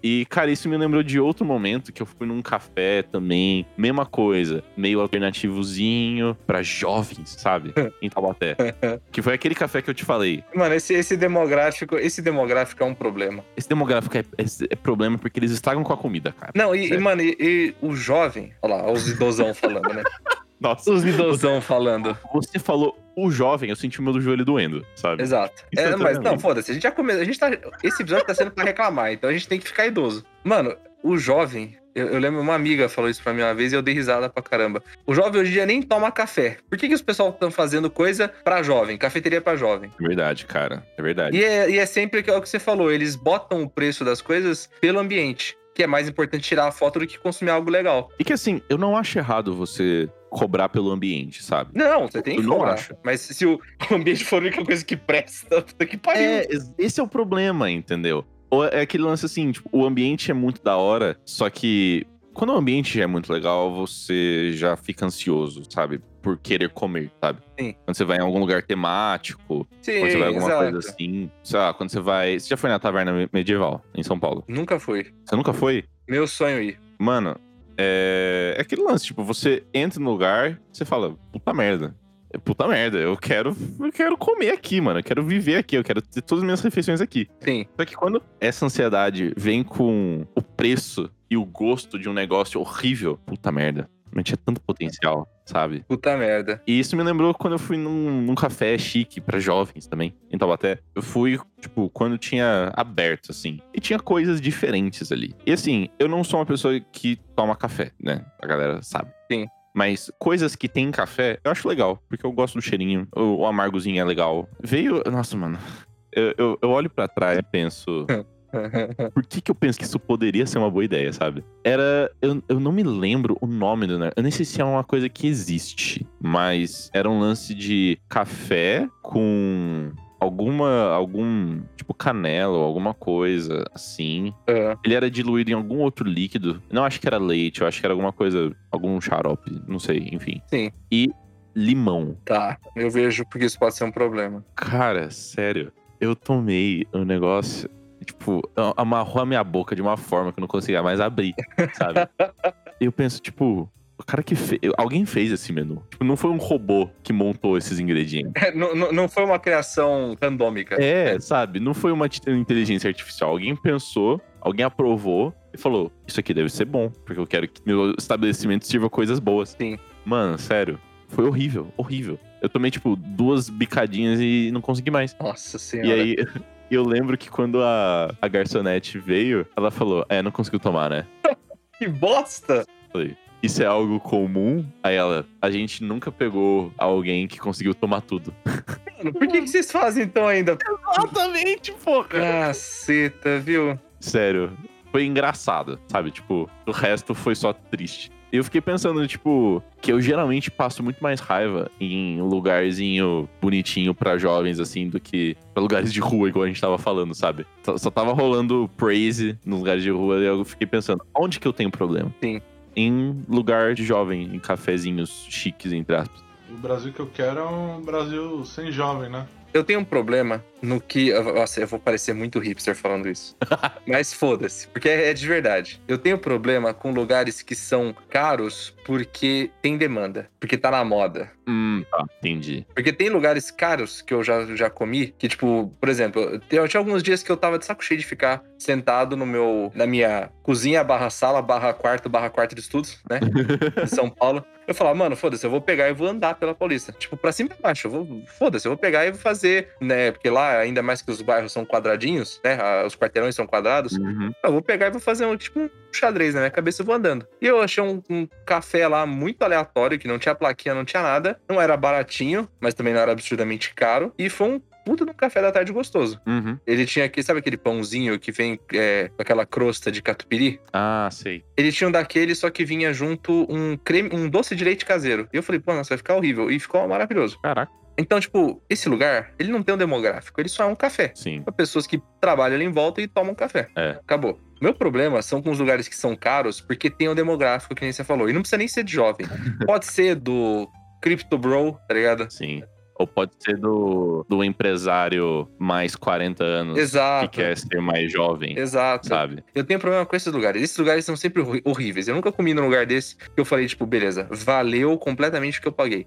S1: E, cara, isso me lembrou de outro momento que eu fui num café também, mesma coisa, meio alternativozinho pra jovens, sabe? Em Taubaté. que foi aquele café que eu te falei.
S2: Mano, esse, esse demográfico, esse demográfico é um problema.
S1: Esse demográfico é, é- é problema porque eles estragam com a comida, cara.
S2: Não, e, e,
S1: Sério.
S2: mano, e, e o jovem, olha lá, olha os idosão falando, né?
S1: Nossa,
S2: Os idosão falando.
S1: você falou o jovem, eu senti o meu joelho doendo, sabe?
S2: Exato. É, mas não, foda-se, a gente já começou. A gente tá. Esse episódio tá sendo pra reclamar, então a gente tem que ficar idoso. Mano, o jovem. Eu, eu lembro uma amiga falou isso pra mim uma vez e eu dei risada pra caramba. O jovem hoje em dia nem toma café. Por que, que os pessoal estão fazendo coisa pra jovem, cafeteria pra jovem?
S1: É verdade, cara. É verdade.
S2: E é, e é sempre que- é o que você falou, eles botam o preço das coisas pelo ambiente. Que é mais importante tirar a foto do que consumir algo legal.
S1: E que assim, eu não acho errado você cobrar pelo ambiente, sabe?
S2: Não, você tem que
S1: Eu não
S2: cobrar.
S1: acho.
S2: Mas se o ambiente for a única coisa que presta, puta que pariu.
S1: É, es- esse é o problema, entendeu? Ou é aquele lance assim, tipo, o ambiente é muito da hora, só que quando o ambiente já é muito legal, você já fica ansioso, sabe? Por querer comer, sabe?
S2: Sim.
S1: Quando você vai em algum lugar temático,
S2: Sim,
S1: quando você vai em alguma
S2: exato.
S1: coisa assim. Sei lá, quando você vai. Você já foi na taverna me- medieval, em São Paulo?
S2: Nunca foi.
S1: Você nunca foi?
S2: Meu sonho ir.
S1: Mano, é... é aquele lance, tipo, você entra no lugar, você fala, puta merda. É Puta merda, eu quero, eu quero comer aqui, mano. Eu quero viver aqui, eu quero ter todas as minhas refeições aqui.
S2: Sim.
S1: Só que quando essa ansiedade vem com o preço e o gosto de um negócio horrível, puta merda, não tinha tanto potencial, sabe?
S2: Puta merda.
S1: E isso me lembrou quando eu fui num, num café chique pra jovens também, em Taubaté. Eu fui, tipo, quando tinha aberto, assim. E tinha coisas diferentes ali. E assim, eu não sou uma pessoa que toma café, né? A galera sabe.
S2: Sim.
S1: Mas coisas que tem café, eu acho legal, porque eu gosto do cheirinho, o, o amargozinho é legal. Veio. Nossa, mano. Eu, eu, eu olho pra trás e penso, por que, que eu penso que isso poderia ser uma boa ideia, sabe? Era. Eu, eu não me lembro o nome do negócio. Eu nem sei se é uma coisa que existe, mas era um lance de café com alguma. algum. tipo canela ou alguma coisa assim.
S2: Ah,
S1: Ele era diluído em algum outro líquido. Não acho que era leite, eu acho que era alguma coisa. algum xarope, não sei, enfim.
S2: Sim.
S1: E limão.
S2: tá. Eu vejo porque isso pode ser um problema.
S1: Cara, sério, eu tomei o negócio, tipo, a- amarrou a minha boca de uma forma que eu não conseguia mais abrir, sabe? eu penso, tipo, o cara que fez. Alguém fez esse menu. Tipo, não foi um robô que montou esses ingredientes.
S2: É, não, não, não foi uma criação randômica.
S1: É, sabe? Não foi uma t- inteligência artificial. Alguém pensou, alguém aprovou e falou: Isso aqui deve ser bom, porque eu quero que meu estabelecimento sirva coisas boas.
S2: Sim.
S1: Mano, sério. Foi horrível, horrível. Eu tomei, tipo, duas bicadinhas e não consegui mais.
S2: Nossa
S1: E
S2: senhora.
S1: aí, eu lembro que quando a, a garçonete veio, ela falou: É, não conseguiu tomar, né?
S2: Que bosta!
S1: Isso é algo comum? Aí ela, a gente nunca pegou alguém que conseguiu tomar tudo.
S2: Mano, por que, que vocês fazem então ainda?
S1: Exatamente, porra!
S2: Caceta, viu?
S1: Sério, foi engraçado, sabe? Tipo, o resto foi só triste. E eu fiquei pensando, tipo, que eu geralmente passo muito mais raiva em lugarzinho bonitinho pra jovens, assim, do que pra lugares de rua, igual a gente tava falando, sabe? Só, só tava rolando praise nos lugares de rua e eu fiquei pensando, onde que eu tenho problema?
S2: Sim.
S1: Em lugar de jovem, em cafezinhos chiques, entre aspas.
S3: O Brasil que eu quero é um Brasil sem jovem, né?
S2: Eu tenho um problema no que. Nossa, eu vou parecer muito hipster falando isso. Mas foda-se, porque é de verdade. Eu tenho problema com lugares que são caros porque tem demanda, porque tá na moda.
S1: Hum, tá, entendi.
S2: Porque tem lugares caros que eu já, já comi, que, tipo, por exemplo, eu tinha tinha alguns dias que eu tava de saco cheio de ficar sentado no meu, na minha cozinha barra sala, barra quarto, barra quarto de estudos, né? de São Paulo. Eu falava, mano, foda-se, eu vou pegar e vou andar pela Paulista. Tipo, pra cima e pra baixo. Eu vou, foda-se, eu vou pegar e vou fazer, né? Porque lá, ainda mais que os bairros são quadradinhos, né? ah, Os quarteirões são quadrados.
S1: Uhum.
S2: Eu vou pegar e vou fazer um tipo um xadrez na minha cabeça e vou andando. E eu achei um, um café lá muito aleatório, que não tinha plaquinha, não tinha nada. Não era baratinho, mas também não era absurdamente caro. E foi um puta de um café da tarde gostoso.
S1: Uhum.
S2: Ele tinha aqui, sabe aquele pãozinho que vem é, com aquela crosta de catupiry?
S1: Ah, sei.
S2: Eles tinham daquele, só que vinha junto um creme, um doce de leite caseiro. E eu falei, pô, nossa, vai ficar horrível. E ficou maravilhoso.
S1: Caraca.
S2: Então, tipo, esse lugar, ele não tem um demográfico, ele só é um café
S1: Sim.
S2: para pessoas que trabalham ali em volta e tomam café.
S1: É.
S2: Acabou. Meu problema são com os lugares que são caros, porque tem o demográfico, que nem você falou. E não precisa nem ser de jovem. Pode ser do Crypto Bro, tá ligado?
S1: Sim. assim. Ou pode ser do, do empresário mais 40 anos que é, Ah,
S2: Exato.
S1: quer ser mais jovem,
S2: Exato.
S1: sabe?
S2: Eu tenho problema com esses lugares. Esses lugares são sempre horri- horríveis. Eu nunca comi num lugar desse que eu falei, tipo, beleza, valeu completamente o que eu paguei.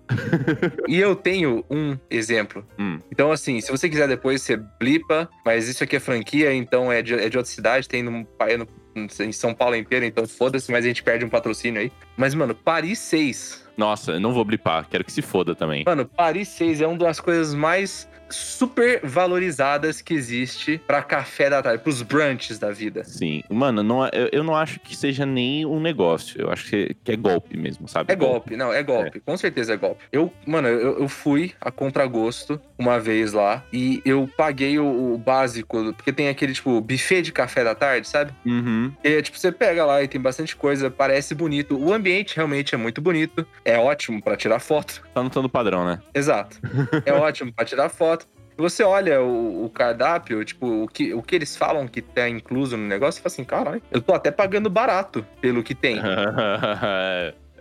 S2: e eu tenho um exemplo.
S1: Hum.
S2: Então, assim, se você quiser depois, você blipa, mas isso aqui é franquia, então é de, é de outra cidade, tem num, pa- é no- em São Paulo inteiro, então foda-se, mas a gente perde um patrocínio aí. Mas, mano, Paris 6.
S1: Nossa, eu não vou blipar, quero que se foda também.
S2: Mano, Paris 6 é uma das coisas mais super valorizadas que existe pra café da tarde, pros brunches da vida.
S1: Sim. Mano, não, é, eu, eu não acho que seja nem um negócio. Eu acho que, que é golpe mesmo, sabe?
S2: É golpe, não, é golpe, com certeza é golpe. Eu, mano, eu, eu fui a contragosto uma vez lá e eu paguei o, o básico, porque tem aquele, tipo, buffet de café da tarde, sabe?
S1: Uhum.
S2: E é, tipo, você pega lá e tem bastante coisa, parece bonito. O ambiente realmente é muito bonito, é ótimo pra tirar foto.
S1: Tá notando o padrão, né?
S2: Exato. É ótimo pra tirar foto. Você olha o, o cardápio, tipo, o que, o que eles falam que tá incluso no negócio, e fala assim, caralho, eu tô até pagando barato pelo que tem.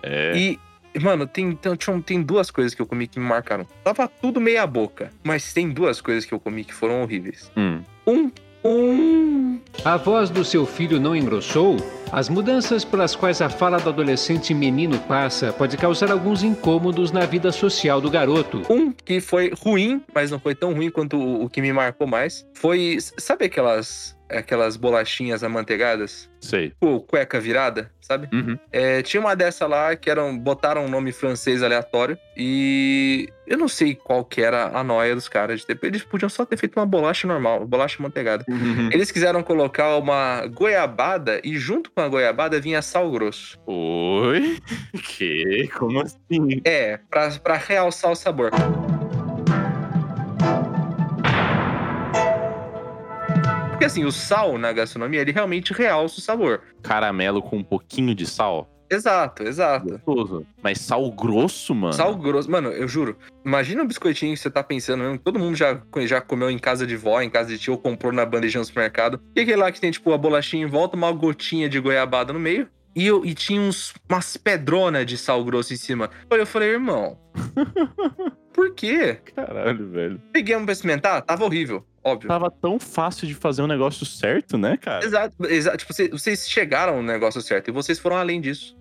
S1: é.
S2: E, mano, tem, então, tinha um- tem duas coisas que eu comi que me marcaram. Tava tudo meia boca, mas tem duas coisas que eu comi que foram horríveis.
S1: Hum.
S2: Um, um...
S4: A voz do seu filho não engrossou? As mudanças pelas quais a fala do adolescente menino passa pode causar alguns incômodos na vida social do garoto.
S2: Um que foi ruim, mas não foi tão ruim quanto o, o que me marcou mais, foi... Sabe aquelas, aquelas bolachinhas amanteigadas?
S1: Sei.
S2: Tipo, cueca virada, sabe?
S1: Uhum.
S2: É, tinha uma dessa lá que eram, botaram um nome francês aleatório e eu não sei qual que era a noia dos caras. de ter- Eles podiam só ter feito uma bolacha normal, bolacha manteigada. Eles quiseram colocar uma goiabada e junto com a goiabada vinha sal grosso.
S1: Oi? Que? Como assim?
S2: É, pra, pra realçar o sabor. Porque assim, o sal na gastronomia, ele realmente realça o sabor.
S1: Caramelo com um pouquinho de sal?
S2: Exato, exato.
S1: Gostoso. Mas sal grosso, mano?
S2: Sal grosso. Mano, eu juro. Imagina um biscoitinho que você tá pensando mesmo. que Todo mundo já, já comeu em casa de vó, em casa de tio, ou comprou na bandejinha no supermercado. E aquele lá que tem, tipo, a bolachinha em volta, uma gotinha de goiabada no meio. E, eu, e tinha uns, umas pedronas de sal grosso em cima. Olha, eu falei, irmão. por quê?
S1: Caralho, velho.
S2: Peguei um pra experimentar? Tava horrível, óbvio.
S1: tava tão fácil de fazer um negócio certo, né, cara?
S2: Exato, exato. Tipo, vocês, vocês chegaram no negócio certo e vocês foram além disso.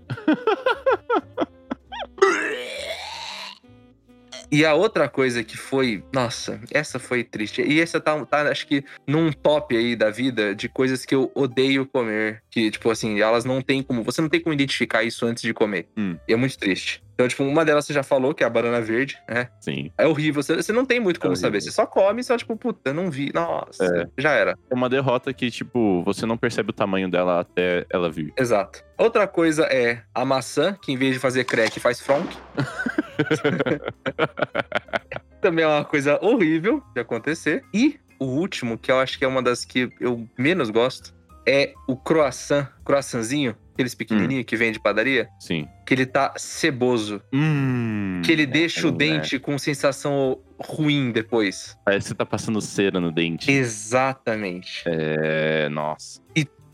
S2: E a outra coisa que foi, nossa, essa foi triste. E essa tá, tá, acho que, num top aí da vida de coisas que eu odeio comer. Que, tipo assim, elas não tem como. Você não tem como identificar isso antes de comer.
S1: Hum.
S2: E é muito triste. Então, tipo, uma delas você já falou, que é a banana verde, né?
S1: Sim.
S2: É horrível. Você, você não tem muito
S1: É
S2: como
S1: horrível.
S2: saber. Você só come e só, tipo, puta, não vi. Nossa, já era.
S1: É uma derrota que, tipo, você não percebe o tamanho dela até ela vir.
S2: Exato. Outra coisa é a maçã, que em vez de fazer crack, faz fronk. Também é uma coisa horrível de acontecer. E o último, que eu acho que é uma das que eu menos gosto, é o croissant, croissantzinho, aqueles
S1: Hum.
S2: pequenininho que vem de padaria,
S1: Sim.
S2: que ele tá ceboso.
S1: Hum.
S2: Que ele deixa o
S1: é.
S2: dente com sensação ruim depois.
S1: Parece que você tá passando cera no dente.
S2: Exatamente.
S1: É. Nossa.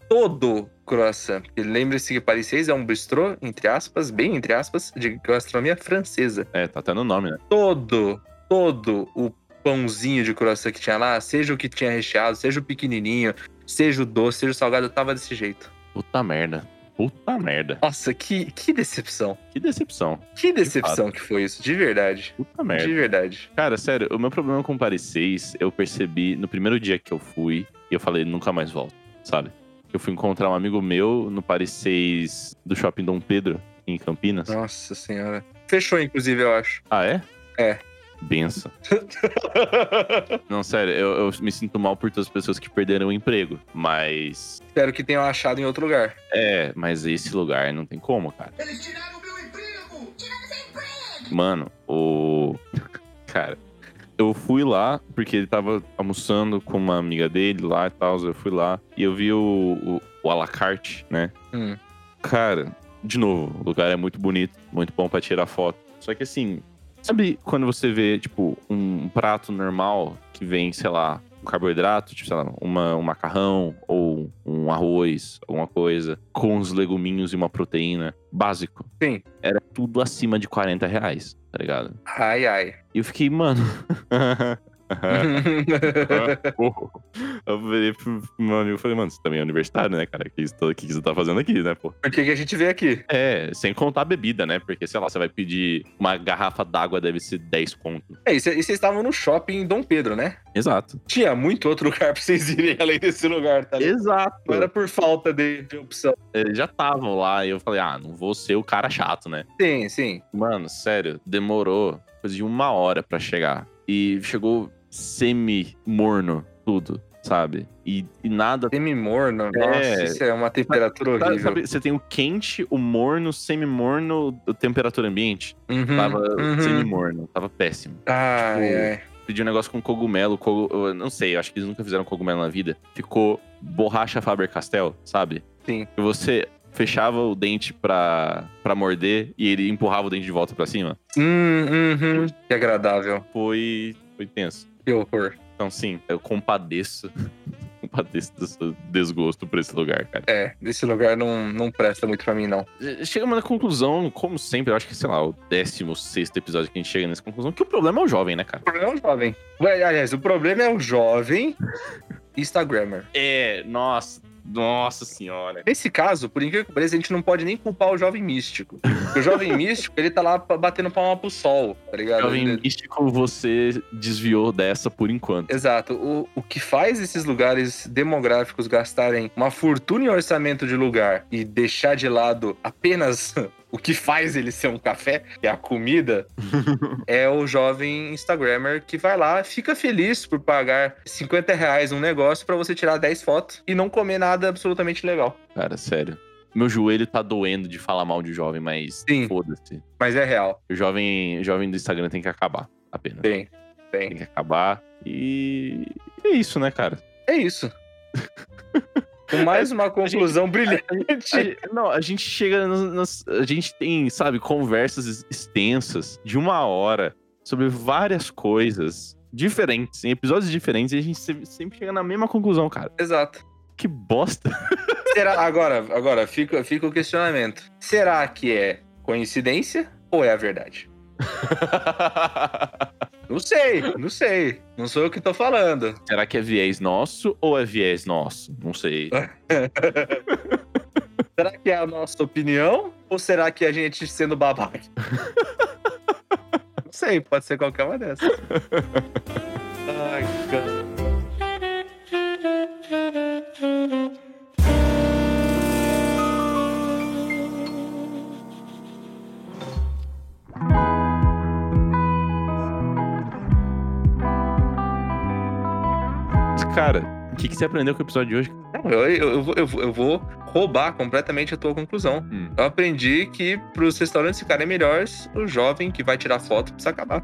S2: todo croissant. E Lembre-se que Paris 6 é um bistrô, entre aspas, bem entre aspas, de gastronomia francesa.
S1: É, tá até no nome, né?
S2: Todo, todo o pãozinho de croissant que tinha lá, seja o que tinha recheado, seja o pequenininho, seja o doce, seja o salgado, tava desse jeito.
S1: Puta merda. Puta merda.
S2: Nossa, que, que decepção.
S1: Que decepção.
S2: Que decepção que foi isso, de verdade.
S1: Puta
S2: De
S1: merda.
S2: verdade.
S1: Cara, sério, o meu problema com Paris 6, eu percebi no primeiro dia que eu fui, e eu falei, nunca mais volto, sabe? Eu fui encontrar um amigo meu no Paris 6 do Shopping Dom Pedro, em Campinas.
S2: Nossa senhora. Fechou, inclusive, eu acho.
S1: Ah, é?
S2: É.
S1: Benção. Não, sério, eu, eu me sinto mal por todas as pessoas que perderam o emprego. Mas.
S2: Espero que tenham achado em outro lugar.
S1: É, mas esse lugar não tem como, cara. Eles tiraram o meu emprego! Tiraram seu emprego! Mano, o. Cara, eu fui lá porque ele tava almoçando com uma amiga dele lá e tal. Eu fui lá e eu vi o, o, o alacarte, né?
S2: Hum.
S1: Cara, de novo, o lugar é muito bonito, muito bom pra tirar foto. Só que assim, sabe quando você vê, tipo, um prato normal que vem, sei lá, um carboidrato, tipo, sei lá, uma, um macarrão ou um arroz, alguma coisa, com os leguminhos e uma proteína básico?
S2: Sim.
S1: Era tudo acima de 40 reais, tá ligado?
S2: Ai, ai.
S1: E eu fiquei, mano. Pô, eu virei pro meu amigo e falei, mano, você também é universitário, né, cara? O que isso- o que você tá fazendo aqui, né, pô?
S2: Por que, que a gente veio aqui?
S1: É, sem contar a bebida, né? Porque, sei lá, você vai pedir uma garrafa d'água, deve ser 10 conto.
S2: É, e cê- e vocês estavam no shopping Dom Pedro, né?
S1: Exato.
S2: Tinha muito outro lugar pra vocês irem além desse lugar, tá ligado?
S1: Exato.
S2: Não era por falta de, de opção.
S1: Eles já estavam lá e eu falei, ah, não vou ser o cara chato, né?
S2: Sim, sim.
S1: Mano, sério, demorou coisa de uma hora pra chegar. E chegou semi-morno tudo, sabe? E, e nada.
S2: Semi-morno, nossa, isso é uma temperatura
S1: Sabe,
S2: horrível.
S1: sabe, você tem o quente, o morno, o semi-morno, a temperatura ambiente.
S2: Uhum,
S1: Tava
S2: uhum.
S1: semi-morno, tava péssimo.
S2: tipo, Ai, ai.
S1: pedi um negócio com cogumelo, cogu- eu não sei, eu acho que eles nunca fizeram cogumelo na vida. Ficou borracha Faber-Castell, sabe?
S2: Sim.
S1: E você fechava o dente pra, pra morder e ele empurrava o dente de volta pra cima.
S2: Hum, uhum. Que agradável.
S1: Foi, foi tenso.
S2: Que horror.
S1: Então, sim, eu compadeço. compadeço do seu desgosto por esse lugar, cara. É,
S2: É, esse lugar não, não presta muito pra mim, não.
S1: Chegamos na conclusão, como sempre, eu acho que, sei lá, o 16 episódio que a gente chega nessa conclusão, que o problema é o jovem, né, cara?
S2: O problema é o jovem. Ué, aliás, o problema é o jovem Instagrammer.
S1: É, nossa, nossa senhora.
S2: Nesse caso, por incrível que pareça, a gente não pode nem culpar o jovem místico. Porque o jovem místico, ele tá lá batendo palma pro sol, tá ligado?
S1: Jovem
S2: Ele-
S1: místico, você desviou dessa por enquanto.
S2: Exato. O, o que faz esses lugares demográficos gastarem uma fortuna em orçamento de lugar e deixar de lado apenas o que faz ele ser um café, que é a comida, é o jovem Instagrammer que vai lá, fica feliz por pagar 50 reais num negócio pra você tirar 10 fotos e não comer nada absolutamente legal.
S1: Cara, sério. Meu joelho tá doendo de falar mal de jovem, mas
S2: Sim.
S1: foda-se.
S2: Mas é real.
S1: O jovem, o jovem do Instagram tem que acabar, apenas.
S2: Tem, tem.
S1: Tem que acabar. E é isso, né, cara?
S2: É isso. Com mais uma conclusão
S1: A
S2: brilhante.
S1: gen- não, a gente chega nas, nas- A gente tem, sabe, conversas ex- extensas de uma hora sobre várias coisas diferentes, em episódios diferentes, e a gente se- sempre chega na mesma conclusão, cara.
S2: Exato.
S1: Que bosta.
S2: Será, agora, agora fica, fica o questionamento. Será que é coincidência ou é a verdade? Não sei, não sei. Não sou eu que tô falando.
S1: Será que é viés nosso ou é viés nosso? Não sei.
S2: Será que é a nossa opinião ou será que é a gente sendo babaca? Não sei, pode ser qualquer uma dessas. Ai, cara.
S1: Cara, o que, que você aprendeu com o episódio de hoje?
S2: Não, Eu, eu, eu, vou- eu vou- eu vou roubar completamente a tua conclusão.
S1: Hum.
S2: Eu aprendi que para os restaurantes ficarem melhores, o jovem que vai tirar foto precisa acabar.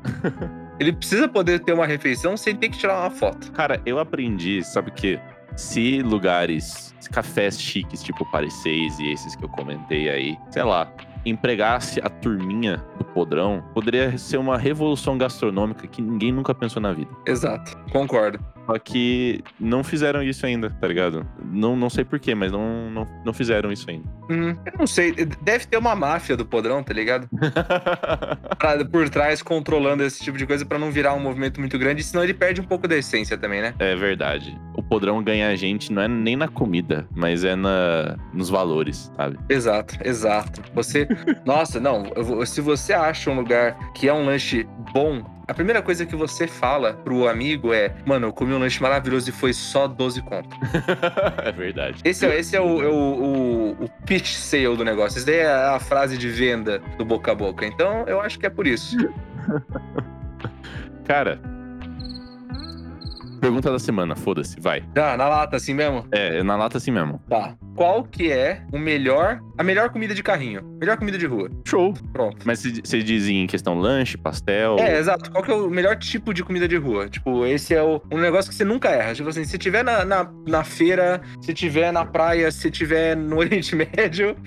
S2: Ele precisa poder ter uma refeição sem ter que tirar uma foto.
S1: Cara, eu aprendi, sabe o quê? Se lugares, se cafés chiques, tipo Pareceis e esses que eu comentei aí, sei lá, empregasse a turminha do podrão, poderia ser uma revolução gastronômica que ninguém nunca pensou na vida.
S2: Exato, concordo.
S1: Só que não fizeram isso ainda, tá ligado? Não, não sei porquê, mas não, não, não fizeram isso ainda.
S2: Hum, eu não sei, deve ter uma máfia do podrão, tá ligado? Pra- por trás controlando esse tipo de coisa pra não virar um movimento muito grande, senão ele perde um pouco da essência também, né?
S1: é verdade. O podrão ganha a gente não é nem na comida, mas é na, nos valores, sabe?
S2: Exato, exato. Você, nossa, não, eu vou- se você acha um lugar que é um lanche bom, a primeira coisa que você fala pro amigo é: "Mano, eu comi um lanche maravilhoso e foi só 12 conto".
S1: é verdade.
S2: Esse é, esse é o, é o, o, o pitch sale do negócio. Isso daí é a frase de venda do boca a boca. Então, eu acho que é por isso.
S1: Cara. Pergunta da semana, foda-se, vai.
S2: Ah, na lata, assim mesmo?
S1: É, é na lata assim mesmo.
S2: Tá. Qual que é o melhor, a melhor comida de carrinho? Melhor comida de rua.
S1: Show.
S2: Pronto.
S1: Mas se- você diz em questão lanche, pastel.
S2: É, exato. Qual que é o melhor tipo de comida de rua? Tipo, esse é o, um negócio que você nunca erra. Tipo assim, se tiver na, na, na feira, se tiver na praia, se tiver no Oriente Médio,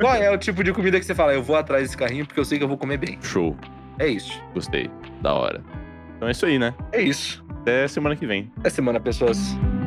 S2: qual é o tipo de comida que você fala? Eu vou atrás desse carrinho porque eu sei que eu vou comer bem.
S1: Show.
S2: É isso.
S1: Gostei. Da hora. Então é isso aí, né?
S2: É isso.
S1: Até semana que vem.
S2: Até semana, pessoas.